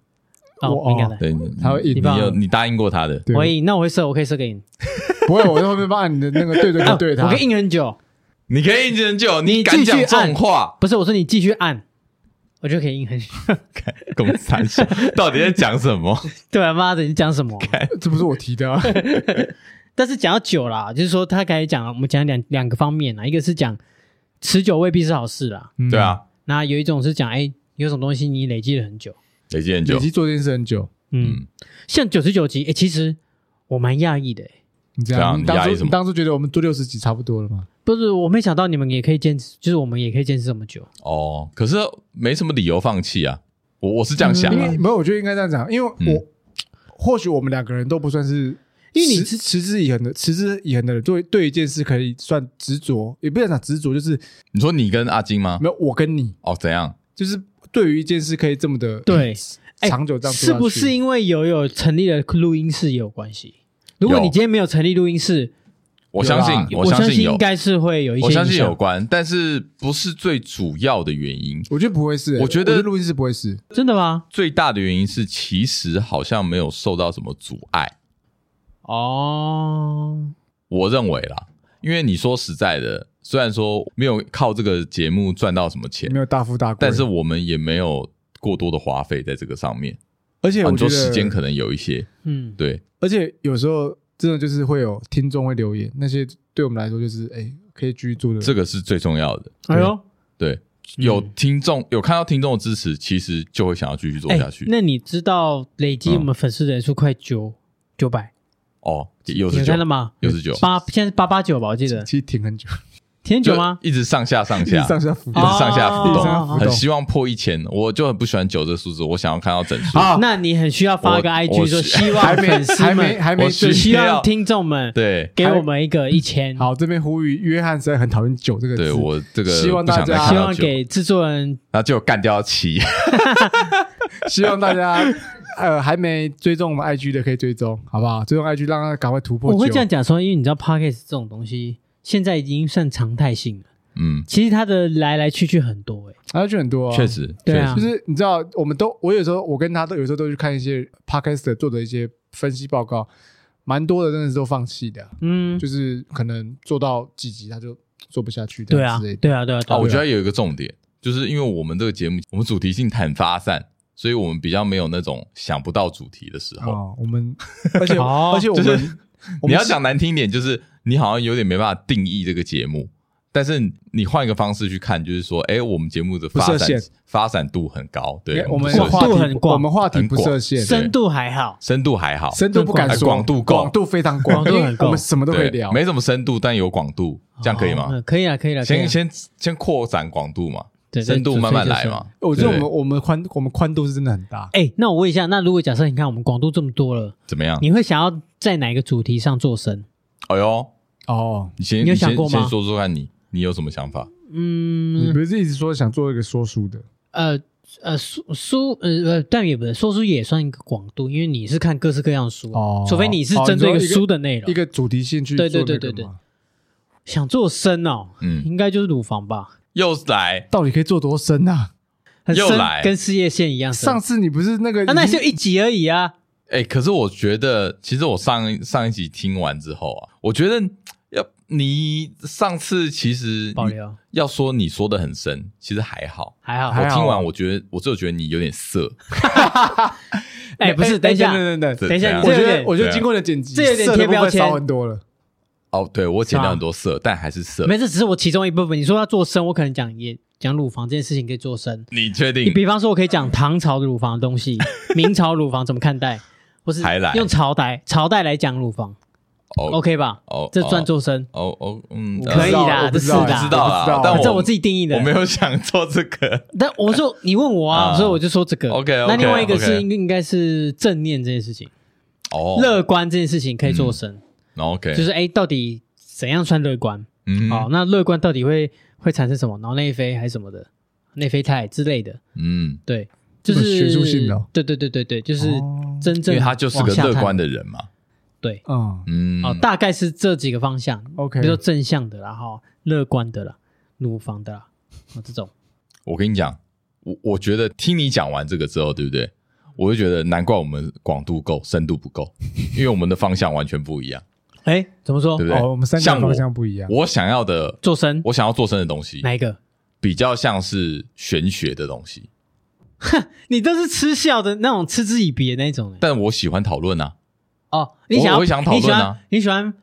Speaker 2: 哦，
Speaker 3: 我
Speaker 2: 敏感的，
Speaker 1: 对，
Speaker 3: 他会
Speaker 1: 你你
Speaker 3: 硬
Speaker 2: 你帮
Speaker 1: 有
Speaker 2: 我
Speaker 1: 你答应过他的，
Speaker 3: 对
Speaker 2: 我赢，那我会射，我可以射给你。
Speaker 3: 不会，我在后面帮你的那个对对
Speaker 2: 啊
Speaker 3: 对哎对他
Speaker 2: 我可。以硬很久，
Speaker 1: 你可以一直很久，
Speaker 2: 你
Speaker 1: 敢
Speaker 2: 继续
Speaker 1: 讲
Speaker 2: 按
Speaker 1: 这种话，
Speaker 2: 不是我说你继续按，我就可以硬 很久。
Speaker 1: 跟我们三 小到底在讲什么？
Speaker 2: 对啊，妈的，你讲什 么？
Speaker 3: 这不是我 提的啊，
Speaker 2: 但是讲到酒啦，就是说他刚才讲，我们讲两两个方面啦，一个是讲持久未必是好事啦，
Speaker 3: 嗯
Speaker 1: 对啊，
Speaker 2: 那有一种是讲，哎，有什么东西你累积了很久，
Speaker 1: 累积很
Speaker 3: 嗯，
Speaker 1: 久
Speaker 3: 累，积做这件事很久。
Speaker 2: 嗯，像九十九集，哎，其实我蛮讶异的，哎
Speaker 3: 你这
Speaker 1: 对啊
Speaker 3: 样，你
Speaker 1: 你
Speaker 3: 当
Speaker 1: 压抑
Speaker 3: 初
Speaker 1: 什么
Speaker 3: 你当初觉得我们做六十集差不多了吗？
Speaker 2: 不是，我没想到你们也可以坚持，就是我们也可以坚持这么久。
Speaker 1: 哦，可是没什么理由放弃啊。我我是这样想
Speaker 3: 嗯因
Speaker 1: 啊
Speaker 2: 嗯
Speaker 3: 为，没有，我觉得应该这样讲，因为
Speaker 1: 嗯
Speaker 3: 我、或许我们两个人都不算是持，
Speaker 2: 因为你
Speaker 3: 持之以恒的持之以恒的人，对对一件事可以算执着，也不能讲执着，就是
Speaker 1: 你说你跟阿金吗？
Speaker 3: 没有我跟你，
Speaker 1: 哦，怎样？
Speaker 3: 就是对于一件事可以这么的
Speaker 2: 对，哎
Speaker 3: 长久这样做
Speaker 2: 是
Speaker 3: 下去
Speaker 2: 不是因为有有成立了录音室也有关系？如果
Speaker 1: 有
Speaker 2: 你今天没有成立录音室，
Speaker 1: 我相信
Speaker 3: 有啦，
Speaker 2: 啊我
Speaker 1: 相
Speaker 2: 信
Speaker 1: 有
Speaker 2: 应，该是会有一些
Speaker 1: 我
Speaker 2: 影
Speaker 1: 相信
Speaker 2: 响
Speaker 1: 有关，但是不是最主要的原因。
Speaker 3: 我觉得不会是、
Speaker 1: 我觉得
Speaker 3: 录音室不会是，
Speaker 2: 真的吗？
Speaker 1: 最大的原因是，其实好像没有受到什么阻碍。
Speaker 2: 哦，
Speaker 1: 哦我认为啦，因为你说实在的，虽然说没有靠这个节目赚到什么钱
Speaker 3: 没，有大富大贵，
Speaker 1: 但是我们也没有过多的花费在这个上面，
Speaker 3: 而且我
Speaker 1: 很多
Speaker 3: 觉得
Speaker 1: 时间可能有一些
Speaker 2: 嗯，
Speaker 1: 对，
Speaker 3: 而且有时候真的就是会有听众会留言，那些对我们来说就是哎、可以继续做的。
Speaker 1: 这个是最重要的。
Speaker 2: 哎呦，
Speaker 1: 对，有
Speaker 2: 嗯
Speaker 1: 听众有看到听众的支持，其实就会想要继续做
Speaker 2: 哎
Speaker 1: 下去。
Speaker 2: 那你知道累积我们粉丝人数快九九百，
Speaker 1: 哦，有
Speaker 2: 你
Speaker 1: 十
Speaker 2: 有
Speaker 1: 九
Speaker 2: 看到，吗？
Speaker 1: 有十九，
Speaker 2: 八现在是八八九吧，我记
Speaker 1: 啊
Speaker 2: 得
Speaker 3: 其实挺很久，
Speaker 2: 天九吗？
Speaker 1: 就一直上下上
Speaker 3: 一直
Speaker 1: 下，
Speaker 3: 上下浮
Speaker 1: 一直
Speaker 3: 动。
Speaker 2: 哦
Speaker 1: 上下浮
Speaker 2: 一直上下
Speaker 1: 动，
Speaker 3: 浮动
Speaker 1: 很希望破一千。我就很不喜欢九这数字，我想要看到整数。
Speaker 3: 啊
Speaker 2: 那你很需要发个
Speaker 1: 我
Speaker 2: IG 说
Speaker 1: 我
Speaker 2: 希 望
Speaker 3: 还没
Speaker 2: 粉丝
Speaker 3: 还没
Speaker 2: 们，
Speaker 3: 还没
Speaker 1: 我
Speaker 3: 正
Speaker 1: 是
Speaker 2: 希望听众们
Speaker 1: 对
Speaker 2: 给我们一个一千，
Speaker 3: 好，这边呼吁约翰实在很讨厌“酒”这个字。
Speaker 1: 对，我这个
Speaker 3: 希望
Speaker 1: 不
Speaker 3: 大
Speaker 1: 想
Speaker 3: 家
Speaker 1: 再看
Speaker 2: 希
Speaker 1: 到
Speaker 2: 望
Speaker 1: 九，
Speaker 2: 给制作人
Speaker 1: 然后就干掉七。
Speaker 3: 希望大家呃还没追踪我们 IG 的可以追踪，好不好？追踪 IG 让他赶快突破9。
Speaker 2: 我会这样讲说，因为你知道 podcast 这种东西现在已经算常态性了，
Speaker 1: 嗯，
Speaker 2: 其实它的来来去去很多哎、
Speaker 3: 还要去很多、啊，
Speaker 1: 确实，
Speaker 2: 对
Speaker 1: 确
Speaker 2: 啊
Speaker 1: 实
Speaker 3: 就。是你知道，我们都我有时候我跟他都有时候都去看一些 podcast 做的一些分析报告，蛮多的真的是都放弃的，
Speaker 2: 嗯，
Speaker 3: 就是可能做到几集他就做不下去的，
Speaker 2: 对啊
Speaker 3: 之类，的。
Speaker 2: 对啊，对啊，对
Speaker 1: 啊，
Speaker 2: 啊
Speaker 1: 我觉得有一个重点，就是因为我们这个节目，我们主题性很发散，所以我们比较没有那种想不到主题的时候。
Speaker 3: 哦，我 们而且
Speaker 2: 哦
Speaker 3: 而且我
Speaker 1: 就
Speaker 3: 们
Speaker 1: 是
Speaker 3: 我
Speaker 1: 你
Speaker 3: 们
Speaker 1: 要
Speaker 3: 是
Speaker 1: 讲难听一点，就是你好像有点没办法定义这个节目，但是你换一个方式去看，就是说，哎，我们节目的发
Speaker 3: 不设
Speaker 1: 展
Speaker 3: 限
Speaker 1: 发展度很高，对，
Speaker 3: 我们
Speaker 1: 不设
Speaker 2: 广
Speaker 1: 限
Speaker 3: 话
Speaker 2: 度
Speaker 3: 题
Speaker 2: 很
Speaker 3: 不
Speaker 2: 广
Speaker 3: 我们话题
Speaker 1: 很
Speaker 3: 不
Speaker 1: 广
Speaker 3: 设限，
Speaker 2: 深度还好，
Speaker 1: 深度还好，
Speaker 3: 深度不敢
Speaker 1: 哎
Speaker 3: 说，
Speaker 1: 广度够
Speaker 3: 广度非常
Speaker 2: 广度
Speaker 3: 因为
Speaker 2: 很够
Speaker 3: 我们什么都可以
Speaker 1: 对，
Speaker 3: 聊。
Speaker 1: 没什么深度，但有广度，这样可以吗？
Speaker 2: 哦嗯可以啊，可以了，可以
Speaker 1: 先
Speaker 2: 啊
Speaker 1: 先先扩展广度嘛，
Speaker 2: 对
Speaker 1: 深度
Speaker 2: 对
Speaker 1: 慢慢
Speaker 2: 所以
Speaker 1: 来
Speaker 2: 就是
Speaker 1: 嘛。
Speaker 3: 我觉得我
Speaker 1: 对
Speaker 3: 们我们宽我们宽度是真的很大，
Speaker 2: 哎，那我问一下，那如果假设你看我们广度这么多了，
Speaker 1: 怎么样？
Speaker 2: 你会想要在哪一个主题上做深？
Speaker 1: 哎呦，
Speaker 3: 哦，
Speaker 1: 你先
Speaker 2: 你有想
Speaker 1: 先
Speaker 2: 过吗
Speaker 1: 先说说看你你有什么想法？
Speaker 3: 你
Speaker 2: 嗯，
Speaker 3: 不是一直说想做一个说书的，
Speaker 2: 呃呃，书书呃呃，但也不是说书也算一个广度，因为你是看各式各样的书，
Speaker 3: 哦
Speaker 2: 除非你是
Speaker 3: 哦
Speaker 2: 针对一
Speaker 3: 你
Speaker 2: 个
Speaker 3: 说一个
Speaker 2: 书的内容
Speaker 3: 一。个主题性去
Speaker 2: 对
Speaker 3: 做
Speaker 2: 对
Speaker 3: 那个
Speaker 2: 对对对
Speaker 3: 嘛
Speaker 2: 想做深哦，
Speaker 1: 嗯
Speaker 2: 应该就是乳房吧，
Speaker 1: 又来，
Speaker 3: 到底可以做多深啊？
Speaker 2: 很
Speaker 1: 又
Speaker 2: 深
Speaker 1: 来，
Speaker 2: 跟事业线一样深。
Speaker 3: 上次你不是那个
Speaker 2: 啊，嗯那
Speaker 3: 已经
Speaker 2: 就一集而已啊。
Speaker 1: 哎、可是我觉得，其实我上一上一集听完之后啊，我觉得要你上次其实
Speaker 2: 保留
Speaker 1: 要说你说的很深，其实还好。
Speaker 2: 还好，
Speaker 3: 还
Speaker 1: 我
Speaker 3: 好
Speaker 1: 听完，我觉得我只有觉得你有点色，
Speaker 2: 哎，不是，等一下，
Speaker 3: 等等等
Speaker 1: 对
Speaker 2: 等一
Speaker 1: 怎
Speaker 2: 下，
Speaker 1: 样
Speaker 2: 你
Speaker 3: 我
Speaker 2: 这
Speaker 3: 觉
Speaker 2: 有
Speaker 3: 得
Speaker 2: 点
Speaker 3: 我觉
Speaker 1: 对
Speaker 3: 得
Speaker 1: 啊
Speaker 3: 经过你的剪辑，
Speaker 2: 这有点
Speaker 3: 色的
Speaker 2: 贴
Speaker 3: 部分
Speaker 2: 标签
Speaker 3: 少很多了。
Speaker 1: 哦，对我减
Speaker 2: 是吗
Speaker 1: 掉很多色，但还是色。
Speaker 2: 没，这只是我其中一部分。你说要做深，我可能讲也讲乳房这件事情可以做深。
Speaker 1: 你确
Speaker 2: 你
Speaker 1: 定？
Speaker 2: 比方说，我可以讲唐朝的乳房的东西，明朝乳房怎么看待，或是
Speaker 1: 还来
Speaker 2: 用朝代朝代来讲乳房
Speaker 1: 哦
Speaker 2: ，OK 吧？
Speaker 1: 哦
Speaker 2: 这算做深，
Speaker 1: 哦哦，嗯，
Speaker 2: 可以
Speaker 1: 呃
Speaker 2: 啦
Speaker 3: 我不知
Speaker 2: 这
Speaker 3: 道
Speaker 2: 是的
Speaker 1: 我不知道啦
Speaker 3: 我不知道
Speaker 1: 但
Speaker 2: 反
Speaker 1: 我
Speaker 2: 啊正我自己定义的
Speaker 1: 我。没有想做这个。
Speaker 2: 但我说你问我啊，
Speaker 1: 啊
Speaker 2: 所以我就说这个。
Speaker 1: OK，OK，
Speaker 2: 那另外一个是
Speaker 1: OK
Speaker 2: 应应该是正念这件事情，
Speaker 1: 哦，
Speaker 2: 乐观这件事情可以做深，
Speaker 1: 哦 OK，
Speaker 2: 就是哎，到底怎样算乐观？
Speaker 1: 嗯
Speaker 2: 哦，那乐观到底会会产生什么脑内啡还是什么的内啡肽之类的？
Speaker 1: 嗯，
Speaker 2: 对，就
Speaker 3: 这么
Speaker 2: 是
Speaker 3: 学术性的哦
Speaker 2: 对对对对对，就是
Speaker 3: 哦
Speaker 2: 真
Speaker 1: 因
Speaker 2: 正
Speaker 1: 为他就是个
Speaker 2: 往下
Speaker 1: 乐
Speaker 2: 探
Speaker 1: 观的人嘛。
Speaker 2: 对。
Speaker 3: 嗯，
Speaker 1: 嗯，
Speaker 2: 哦，大概是这几个方向
Speaker 3: OK
Speaker 2: 比如说正向的啦，哈，乐观的啦，乳房的啦，哦，这种
Speaker 1: 我跟你讲，我我觉得听你讲完这个之后，对不对？我就觉得难怪我们广度够，深度不够， 因为我们的方向完全不一样，
Speaker 2: 哎，怎么说
Speaker 1: 对？不对？
Speaker 3: 哦，我们三
Speaker 1: 像
Speaker 3: 个
Speaker 1: 我
Speaker 3: 方向不一样。
Speaker 1: 我想要的，
Speaker 2: 做深
Speaker 1: 我想要做深的东西，
Speaker 2: 哪一个？
Speaker 1: 比较像是玄学的东西，
Speaker 2: 你都是嗤笑的那种，嗤之以鼻的那种。哎
Speaker 1: 但我喜欢讨论啊。
Speaker 2: 哦，你想要
Speaker 1: 我会想讨
Speaker 2: 你喜
Speaker 1: 论
Speaker 2: 欢
Speaker 1: 啊嗯
Speaker 2: 你喜欢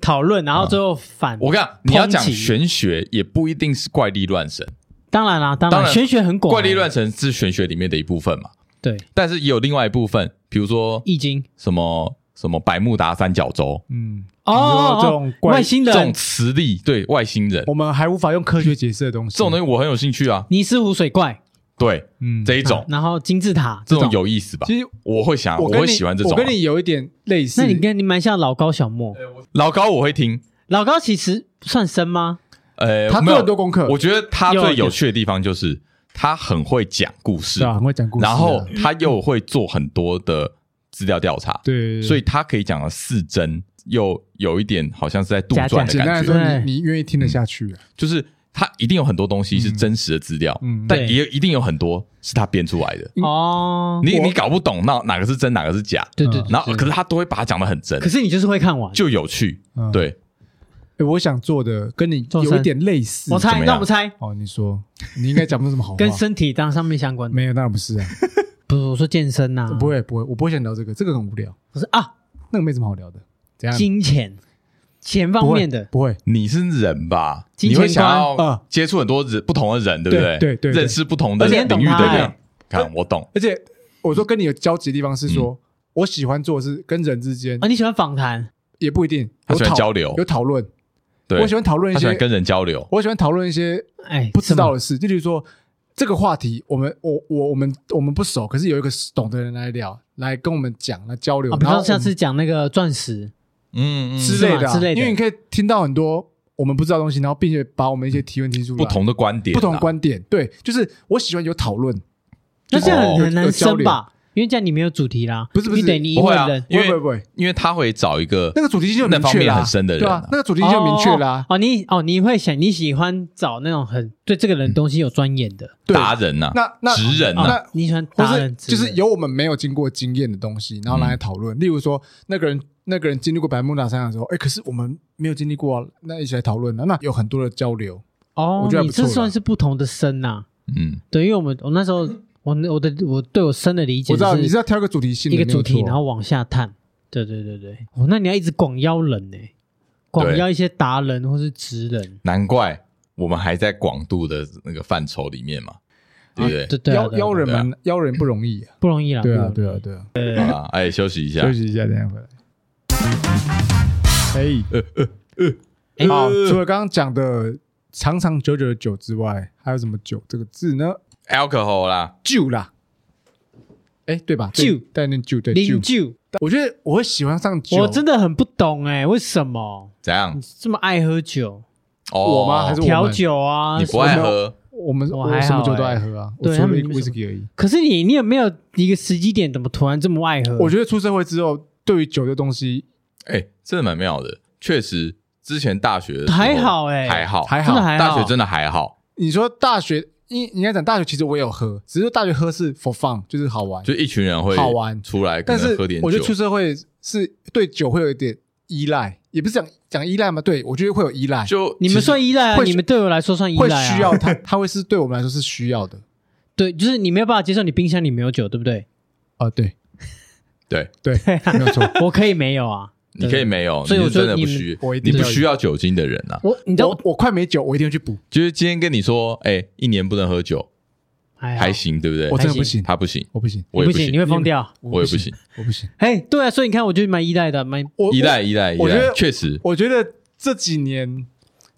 Speaker 2: 讨论，然后最后反。
Speaker 1: 我跟你讲，你要讲
Speaker 2: 抨击
Speaker 1: 玄学，也不一定是怪力乱神，
Speaker 2: 当然啦，当
Speaker 1: 当然
Speaker 2: 玄学很广，欸
Speaker 1: 怪力乱神是玄学里面的一部分嘛，
Speaker 2: 对，《
Speaker 1: 但是也有另外一部分，比如说
Speaker 2: 易经》
Speaker 1: 什么什么百慕达三角洲
Speaker 3: 嗯，
Speaker 2: 哦
Speaker 3: 你
Speaker 2: 哦，
Speaker 3: 说这种
Speaker 2: 哦
Speaker 3: 怪
Speaker 2: 外星
Speaker 1: 这
Speaker 2: 人
Speaker 1: 种磁力，对外星人
Speaker 3: 我们还无法用科学解释的东西。
Speaker 1: 这种东西，我很有兴趣啊。
Speaker 2: 尼斯湖水怪
Speaker 1: 对，
Speaker 3: 嗯，
Speaker 1: 这一种
Speaker 2: 啊，然后金字塔
Speaker 1: 这
Speaker 2: 这
Speaker 1: 种
Speaker 2: 种。
Speaker 1: 有意思吧？
Speaker 3: 其实
Speaker 1: 我会想，我
Speaker 3: 跟
Speaker 1: 会
Speaker 3: 你
Speaker 1: 喜欢这种啊。
Speaker 3: 我跟你有一点类似。
Speaker 2: 那你跟你蛮像老高小莫，
Speaker 1: 老高我会听，
Speaker 2: 老高其实算深吗？
Speaker 1: 呃，
Speaker 3: 他
Speaker 1: 没
Speaker 3: 做
Speaker 1: 有
Speaker 3: 很多功课
Speaker 1: 我觉得他
Speaker 2: 有
Speaker 1: 最
Speaker 2: 有
Speaker 1: 有趣的地方就是他很会讲故事
Speaker 3: 是，啊，很会讲故事啊，
Speaker 1: 然后他又会做很多的资料调查，
Speaker 3: 对，
Speaker 1: 所以他可以讲的似真，又有一点好像是在杜撰
Speaker 2: 假
Speaker 1: 的
Speaker 3: 简单来
Speaker 1: 感
Speaker 3: 说
Speaker 1: 觉，
Speaker 2: 对，
Speaker 3: 你你愿意听得下去啊？
Speaker 1: 就是他一定有很多东西是真实的资料，
Speaker 3: 嗯嗯嗯
Speaker 1: 但
Speaker 2: 对
Speaker 1: 也一定有很多是他编出来的。
Speaker 2: 哦，
Speaker 1: 你
Speaker 3: 我
Speaker 1: 你搞不懂那哪个是真，哪个是假，
Speaker 3: 嗯
Speaker 2: 对对对
Speaker 1: 然后可是他都会把它讲的很真
Speaker 2: 可，是你就是会看完，
Speaker 1: 就有趣。
Speaker 3: 嗯
Speaker 1: 对，
Speaker 3: 诶我想做的跟你
Speaker 2: 众
Speaker 3: 有一
Speaker 2: 生
Speaker 3: 点类似。
Speaker 2: 我
Speaker 1: 怎
Speaker 2: 猜，
Speaker 1: 么样
Speaker 2: 让我们猜，
Speaker 3: 哦，你说你应该讲不出什么好话。
Speaker 2: 跟身体当上面相关的，
Speaker 3: 没有，当然不是啊，
Speaker 2: 不是我说健身呐，
Speaker 1: 嗯
Speaker 3: 不，会不会，我不会想聊这个，这个很无聊，
Speaker 2: 我说啊，
Speaker 3: 那个没什么好聊的。怎样？
Speaker 2: 金钱，钱
Speaker 3: 不
Speaker 2: 方
Speaker 3: 会
Speaker 2: 面的，
Speaker 3: 不会，
Speaker 1: 你是人吧？
Speaker 2: 金
Speaker 1: 你
Speaker 2: 钱
Speaker 1: 会想
Speaker 3: 观
Speaker 1: 要
Speaker 3: 啊
Speaker 1: 接触很多人不同的人，对不
Speaker 3: 对对对对
Speaker 1: 认识不同的
Speaker 2: 而且
Speaker 1: 领域的
Speaker 2: 懂他
Speaker 1: 人
Speaker 2: 欸。
Speaker 3: 哎
Speaker 1: 看，我懂。
Speaker 3: 而且我说跟你有交集的地方是说，
Speaker 1: 嗯
Speaker 3: 我喜欢做的是跟人之间
Speaker 2: 啊，你喜欢访谈，
Speaker 3: 也不一定
Speaker 1: 哎他
Speaker 3: 有
Speaker 1: 喜欢
Speaker 3: 讨
Speaker 1: 交流
Speaker 3: 有讨论。
Speaker 1: 对
Speaker 3: 我，喜欢讨论一
Speaker 1: 他喜欢
Speaker 3: 些，
Speaker 1: 跟人交流。
Speaker 3: 我喜欢讨论一些
Speaker 2: 哎，
Speaker 3: 不知
Speaker 2: 什
Speaker 3: 道
Speaker 2: 么
Speaker 3: 的事，就比如说这个话题，我们我我我们我们不熟，可是有一个懂的人来聊，来跟我们讲，来交流，
Speaker 2: 啊，比
Speaker 3: 然后
Speaker 2: 方
Speaker 3: 我
Speaker 2: 下
Speaker 3: 们
Speaker 2: 次讲那个钻石，
Speaker 1: 嗯嗯，
Speaker 3: 之类的啊、
Speaker 2: 是吗之类的
Speaker 3: 因为你可以听到很多我们不知道的东西，然后并且把我们一些提问提出来，
Speaker 1: 不同的观点，啊
Speaker 3: 不同，观点，对，就是我喜欢有讨论，
Speaker 2: 那这样
Speaker 1: 哦
Speaker 2: 很很
Speaker 3: 有
Speaker 2: 难
Speaker 3: 交
Speaker 2: 升
Speaker 3: 流
Speaker 2: 吧？因为这样你没有主题啦，
Speaker 3: 不是不是
Speaker 2: 你得你一
Speaker 1: 不会
Speaker 2: 问
Speaker 1: 啊
Speaker 2: 人，
Speaker 1: 因为
Speaker 3: 不会不会，
Speaker 1: 因为他会找一个
Speaker 3: 那个主题性就
Speaker 1: 那
Speaker 3: 明
Speaker 1: 方
Speaker 3: 确
Speaker 1: 面
Speaker 3: 啦，
Speaker 1: 很深的人
Speaker 3: 对
Speaker 1: 啊
Speaker 3: 啊，那个主题性就明确啦，
Speaker 2: 哦，哦哦你哦，你会想你喜欢找那种很对这个人东西有钻研的，
Speaker 3: 对，
Speaker 1: 达人啊呐，
Speaker 3: 那那
Speaker 1: 职哦人呐，
Speaker 3: 嗯那
Speaker 2: 哦你喜欢
Speaker 3: 或
Speaker 2: 达
Speaker 3: 是
Speaker 2: 人之
Speaker 3: 就
Speaker 2: 类的，
Speaker 3: 是有我们没有经过经验的东西，然后拿
Speaker 2: 嗯
Speaker 3: 来讨论。例如说，那个人那个人经历过百慕大山的时候，哎，可是我们没有经历过、啊，那一起来讨论啊。那有很多的交流，
Speaker 2: 哦，
Speaker 3: 我觉得还
Speaker 2: 你
Speaker 3: 不错
Speaker 2: 这
Speaker 3: 啦
Speaker 2: 算是不同的生呐、
Speaker 1: 嗯，
Speaker 2: 对，因为我们我那时候我我的我对我生的理解
Speaker 3: 我知道你是
Speaker 2: 是
Speaker 3: 要挑一个主题性
Speaker 2: 一
Speaker 3: 的
Speaker 2: 个主题，
Speaker 3: 没有错
Speaker 2: 然后往下探。对对对对，哦，那你要一直广邀人呢、广
Speaker 1: 对
Speaker 2: 邀一些达人或是职人，
Speaker 1: 难怪我们还在广度的那个范畴里面嘛，对不对？
Speaker 2: 对对啊，
Speaker 3: 邀
Speaker 2: 对啊
Speaker 3: 邀人
Speaker 1: 对啊
Speaker 3: 们邀人不容易啊。
Speaker 2: 不容易啦。
Speaker 3: 对啊，
Speaker 2: 不容
Speaker 3: 对
Speaker 2: 易
Speaker 3: 啊，，对啊。
Speaker 1: 好啦，哎，休息一下
Speaker 3: 休。息一下，等一下回来。 哎，
Speaker 2: 呃哎
Speaker 3: 好，
Speaker 1: 呃
Speaker 3: 除了刚刚讲的长长久久的久之外，还有什么久这个字呢？
Speaker 1: alcohol 啦，
Speaker 3: 酒啦，哎，对吧？
Speaker 2: 酒
Speaker 3: 对带念酒对酒
Speaker 2: 零。酒，
Speaker 3: 我觉得我会喜欢上酒，
Speaker 2: 我真的很不懂哎、为什么
Speaker 1: 怎样
Speaker 2: 你？这么爱喝酒？
Speaker 1: 哦，
Speaker 3: 我吗还是我们
Speaker 2: 调酒啊，
Speaker 1: 你不爱喝？
Speaker 3: 我们
Speaker 2: 我
Speaker 3: 我
Speaker 2: 还好
Speaker 3: 什么酒都
Speaker 2: 欸
Speaker 3: 爱喝啊，我
Speaker 2: 对
Speaker 3: 除
Speaker 2: 他
Speaker 3: 了
Speaker 2: 们
Speaker 3: 一
Speaker 2: 你
Speaker 3: 个
Speaker 2: 们
Speaker 3: 威
Speaker 2: 什
Speaker 3: 士忌而已。
Speaker 2: 可是你你有没有一个时机点，怎么突然这么爱喝？
Speaker 3: 我觉得出社会之后，对于酒这东西
Speaker 1: 哎，真的蛮妙的，确实，之前大学的时候
Speaker 2: 还好哎
Speaker 1: 还好，
Speaker 3: 还
Speaker 2: 真的
Speaker 3: 好。
Speaker 2: 还好
Speaker 1: 大学真的还好，
Speaker 3: 你说大学，应应该讲大学，其实我也有喝，只是大学喝是 for fun，就是好玩。
Speaker 1: 就一群人会
Speaker 3: 好玩
Speaker 1: 出来，可
Speaker 3: 但是
Speaker 1: 能喝点
Speaker 3: 我觉得出
Speaker 1: 酒，
Speaker 3: 社会是对酒会有一点依赖，也不是讲讲依赖嘛，对我觉得会有依赖，
Speaker 1: 就
Speaker 2: 你们算依赖、啊，
Speaker 3: 会
Speaker 2: 你们对我来说算依
Speaker 3: 会
Speaker 2: 赖、啊，
Speaker 3: 需要它，它会是对我们来说是需要的。
Speaker 2: 对，就是你没有办法接受你冰箱里没有酒，对不对？
Speaker 3: 啊，对
Speaker 1: 对，
Speaker 3: 对，没有错，
Speaker 2: 我可以没有啊，
Speaker 1: 你可以没有，
Speaker 2: 所以
Speaker 1: 你
Speaker 2: 我
Speaker 1: 是真
Speaker 2: 觉得
Speaker 1: 的
Speaker 2: 你
Speaker 1: 不
Speaker 2: 们
Speaker 1: 需，
Speaker 3: 我一定
Speaker 1: 你不
Speaker 3: 要
Speaker 1: 需要酒精的人啊。
Speaker 2: 我你知道
Speaker 3: 我我快没酒，我一定要去补，
Speaker 1: 就是今天跟你说，哎，一年不能喝酒，
Speaker 2: 还好
Speaker 1: 还行，对不对？
Speaker 3: 我真的
Speaker 2: 还
Speaker 3: 不
Speaker 2: 行
Speaker 3: 行，
Speaker 1: 哎他不行，
Speaker 3: 我不行，
Speaker 1: 我
Speaker 2: 你
Speaker 1: 也
Speaker 2: 不
Speaker 1: 行
Speaker 2: 你，会疯掉。
Speaker 1: 我也不行，
Speaker 3: 我不行，
Speaker 2: 哎，对啊，所以你看，我就蛮依赖的，蛮
Speaker 3: 我
Speaker 1: 依赖依赖依
Speaker 3: 我觉
Speaker 1: 赖，
Speaker 3: 得
Speaker 1: 确实，
Speaker 3: 我觉得这几年